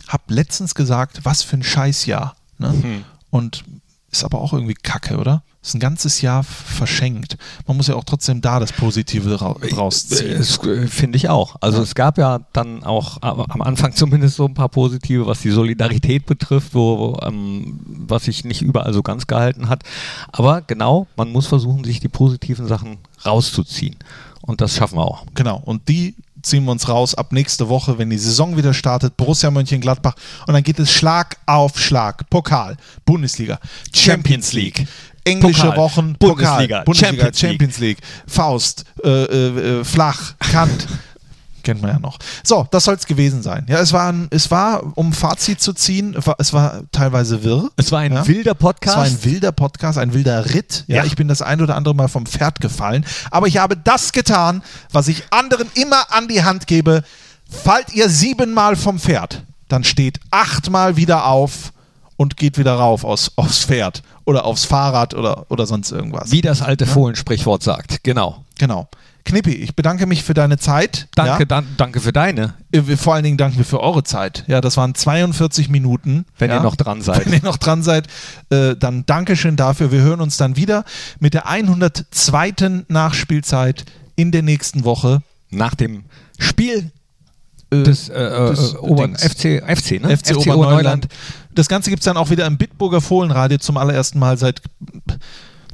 Speaker 1: habe letztens gesagt, was für ein Scheißjahr. Ne? Und ist aber auch irgendwie kacke, oder? Ist ein ganzes Jahr f- verschenkt. Man muss ja auch trotzdem da das Positive ra rausziehen.
Speaker 2: Das äh, finde ich auch. Also es gab ja dann auch am am Anfang zumindest so ein paar positive, was die Solidarität betrifft, wo, wo, ähm, was sich nicht überall so ganz gehalten hat. Aber genau, man muss versuchen, sich die positiven Sachen rauszuziehen. Und das schaffen wir auch.
Speaker 1: Genau, und die ziehen wir uns raus ab nächste Woche, wenn die Saison wieder startet, Borussia Mönchengladbach und dann geht es Schlag auf Schlag, Pokal, Bundesliga, Champions
Speaker 2: Champions
Speaker 1: League,
Speaker 2: League,
Speaker 1: englische
Speaker 2: Pokal,
Speaker 1: Wochen,
Speaker 2: Bundesliga,
Speaker 1: Bundesliga Champions,
Speaker 2: Champions
Speaker 1: League, Faust, äh, äh, äh, Flach, Kant, kennt man ja noch. So, das soll es gewesen sein. Ja, es war, ein, es war, um Fazit zu ziehen, war- es war teilweise wirr.
Speaker 2: Es war ein
Speaker 1: ja?
Speaker 2: wilder
Speaker 1: Es war
Speaker 2: Podcast.
Speaker 1: ein wilder Podcast, ein wilder Ritt. Ja,
Speaker 2: Ja.
Speaker 1: ich bin das ein oder andere Mal vom Pferd gefallen. Aber ich habe das getan, was ich anderen immer an die Hand gebe. Fallt ihr siebenmal vom Pferd, dann steht achtmal wieder auf und geht wieder rauf aus, aufs Pferd oder aufs Fahrrad oder, oder sonst irgendwas.
Speaker 2: wie das alte Fohlen-Sprichwort sagt. Genau.
Speaker 1: Genau. Knippi, ich bedanke mich für deine Zeit.
Speaker 2: Danke,
Speaker 1: Ja?
Speaker 2: dan danke für deine,
Speaker 1: Äh, wir- Vor allen Dingen danken wir für eure Zeit. Ja, das waren 42 Minuten.
Speaker 2: wenn
Speaker 1: ja?
Speaker 2: ihr noch dran seid.
Speaker 1: Wenn ihr noch dran seid, äh, dann Dankeschön dafür. Wir hören uns dann wieder mit der 102. Nachspielzeit in der nächsten Woche.
Speaker 2: Nach dem Spiel
Speaker 1: Äh,
Speaker 2: des, äh, äh,
Speaker 1: des
Speaker 2: Obern-
Speaker 1: Dings.
Speaker 2: FC, FC, ne?
Speaker 1: FC, Oberneuland. Das Ganze gibt es dann auch wieder im Bitburger Fohlenradio zum allerersten Mal seit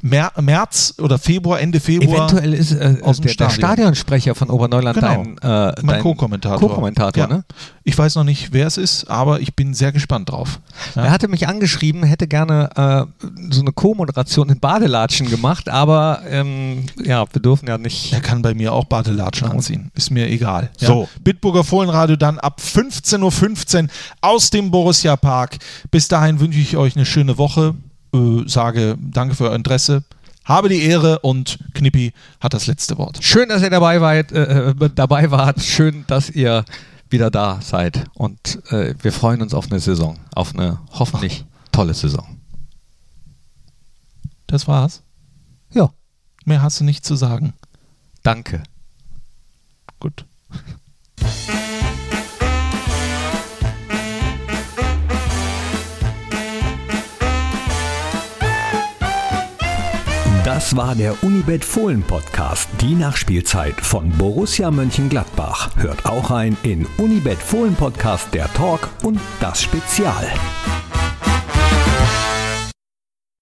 Speaker 1: Mer März oder Februar, Ende Februar.
Speaker 2: Eventuell ist äh,
Speaker 1: aus dem
Speaker 2: der, der
Speaker 1: Stadion.
Speaker 2: Stadionsprecher von Oberneuland
Speaker 1: Genau.
Speaker 2: dein, äh,
Speaker 1: Mein
Speaker 2: dein
Speaker 1: Co-Kommentator.
Speaker 2: Co-Kommentator,
Speaker 1: ja.
Speaker 2: ne?
Speaker 1: Ich weiß noch nicht, wer es ist, aber ich bin sehr gespannt drauf. Ja.
Speaker 2: Er hatte mich angeschrieben, hätte gerne äh, so eine Co-Moderation in Badelatschen gemacht, aber ähm, ja, wir dürfen ja nicht.
Speaker 1: Er kann bei mir auch Badelatschen anziehen. Ist mir egal.
Speaker 2: So.
Speaker 1: Bitburger Fohlenradio dann ab 15.15 Uhr aus dem Borussia Park. Bis dahin wünsche ich euch eine schöne Woche. Äh, sage danke für euer Interesse. Habe die Ehre und Knippi hat das letzte Wort.
Speaker 2: Schön, dass ihr dabei wart, äh, äh, dabei wart. Schön, dass ihr wieder da seid. Und äh, wir freuen uns auf eine Saison, auf eine hoffentlich tolle Saison.
Speaker 1: Das war's.
Speaker 2: Ja,
Speaker 1: Mehr hast du nicht zu sagen.
Speaker 2: danke.
Speaker 1: Gut.
Speaker 3: Das war der Unibet Fohlen Podcast, die Nachspielzeit von Borussia Mönchengladbach. Hört auch ein in Unibet Fohlen Podcast, der Talk und das Spezial.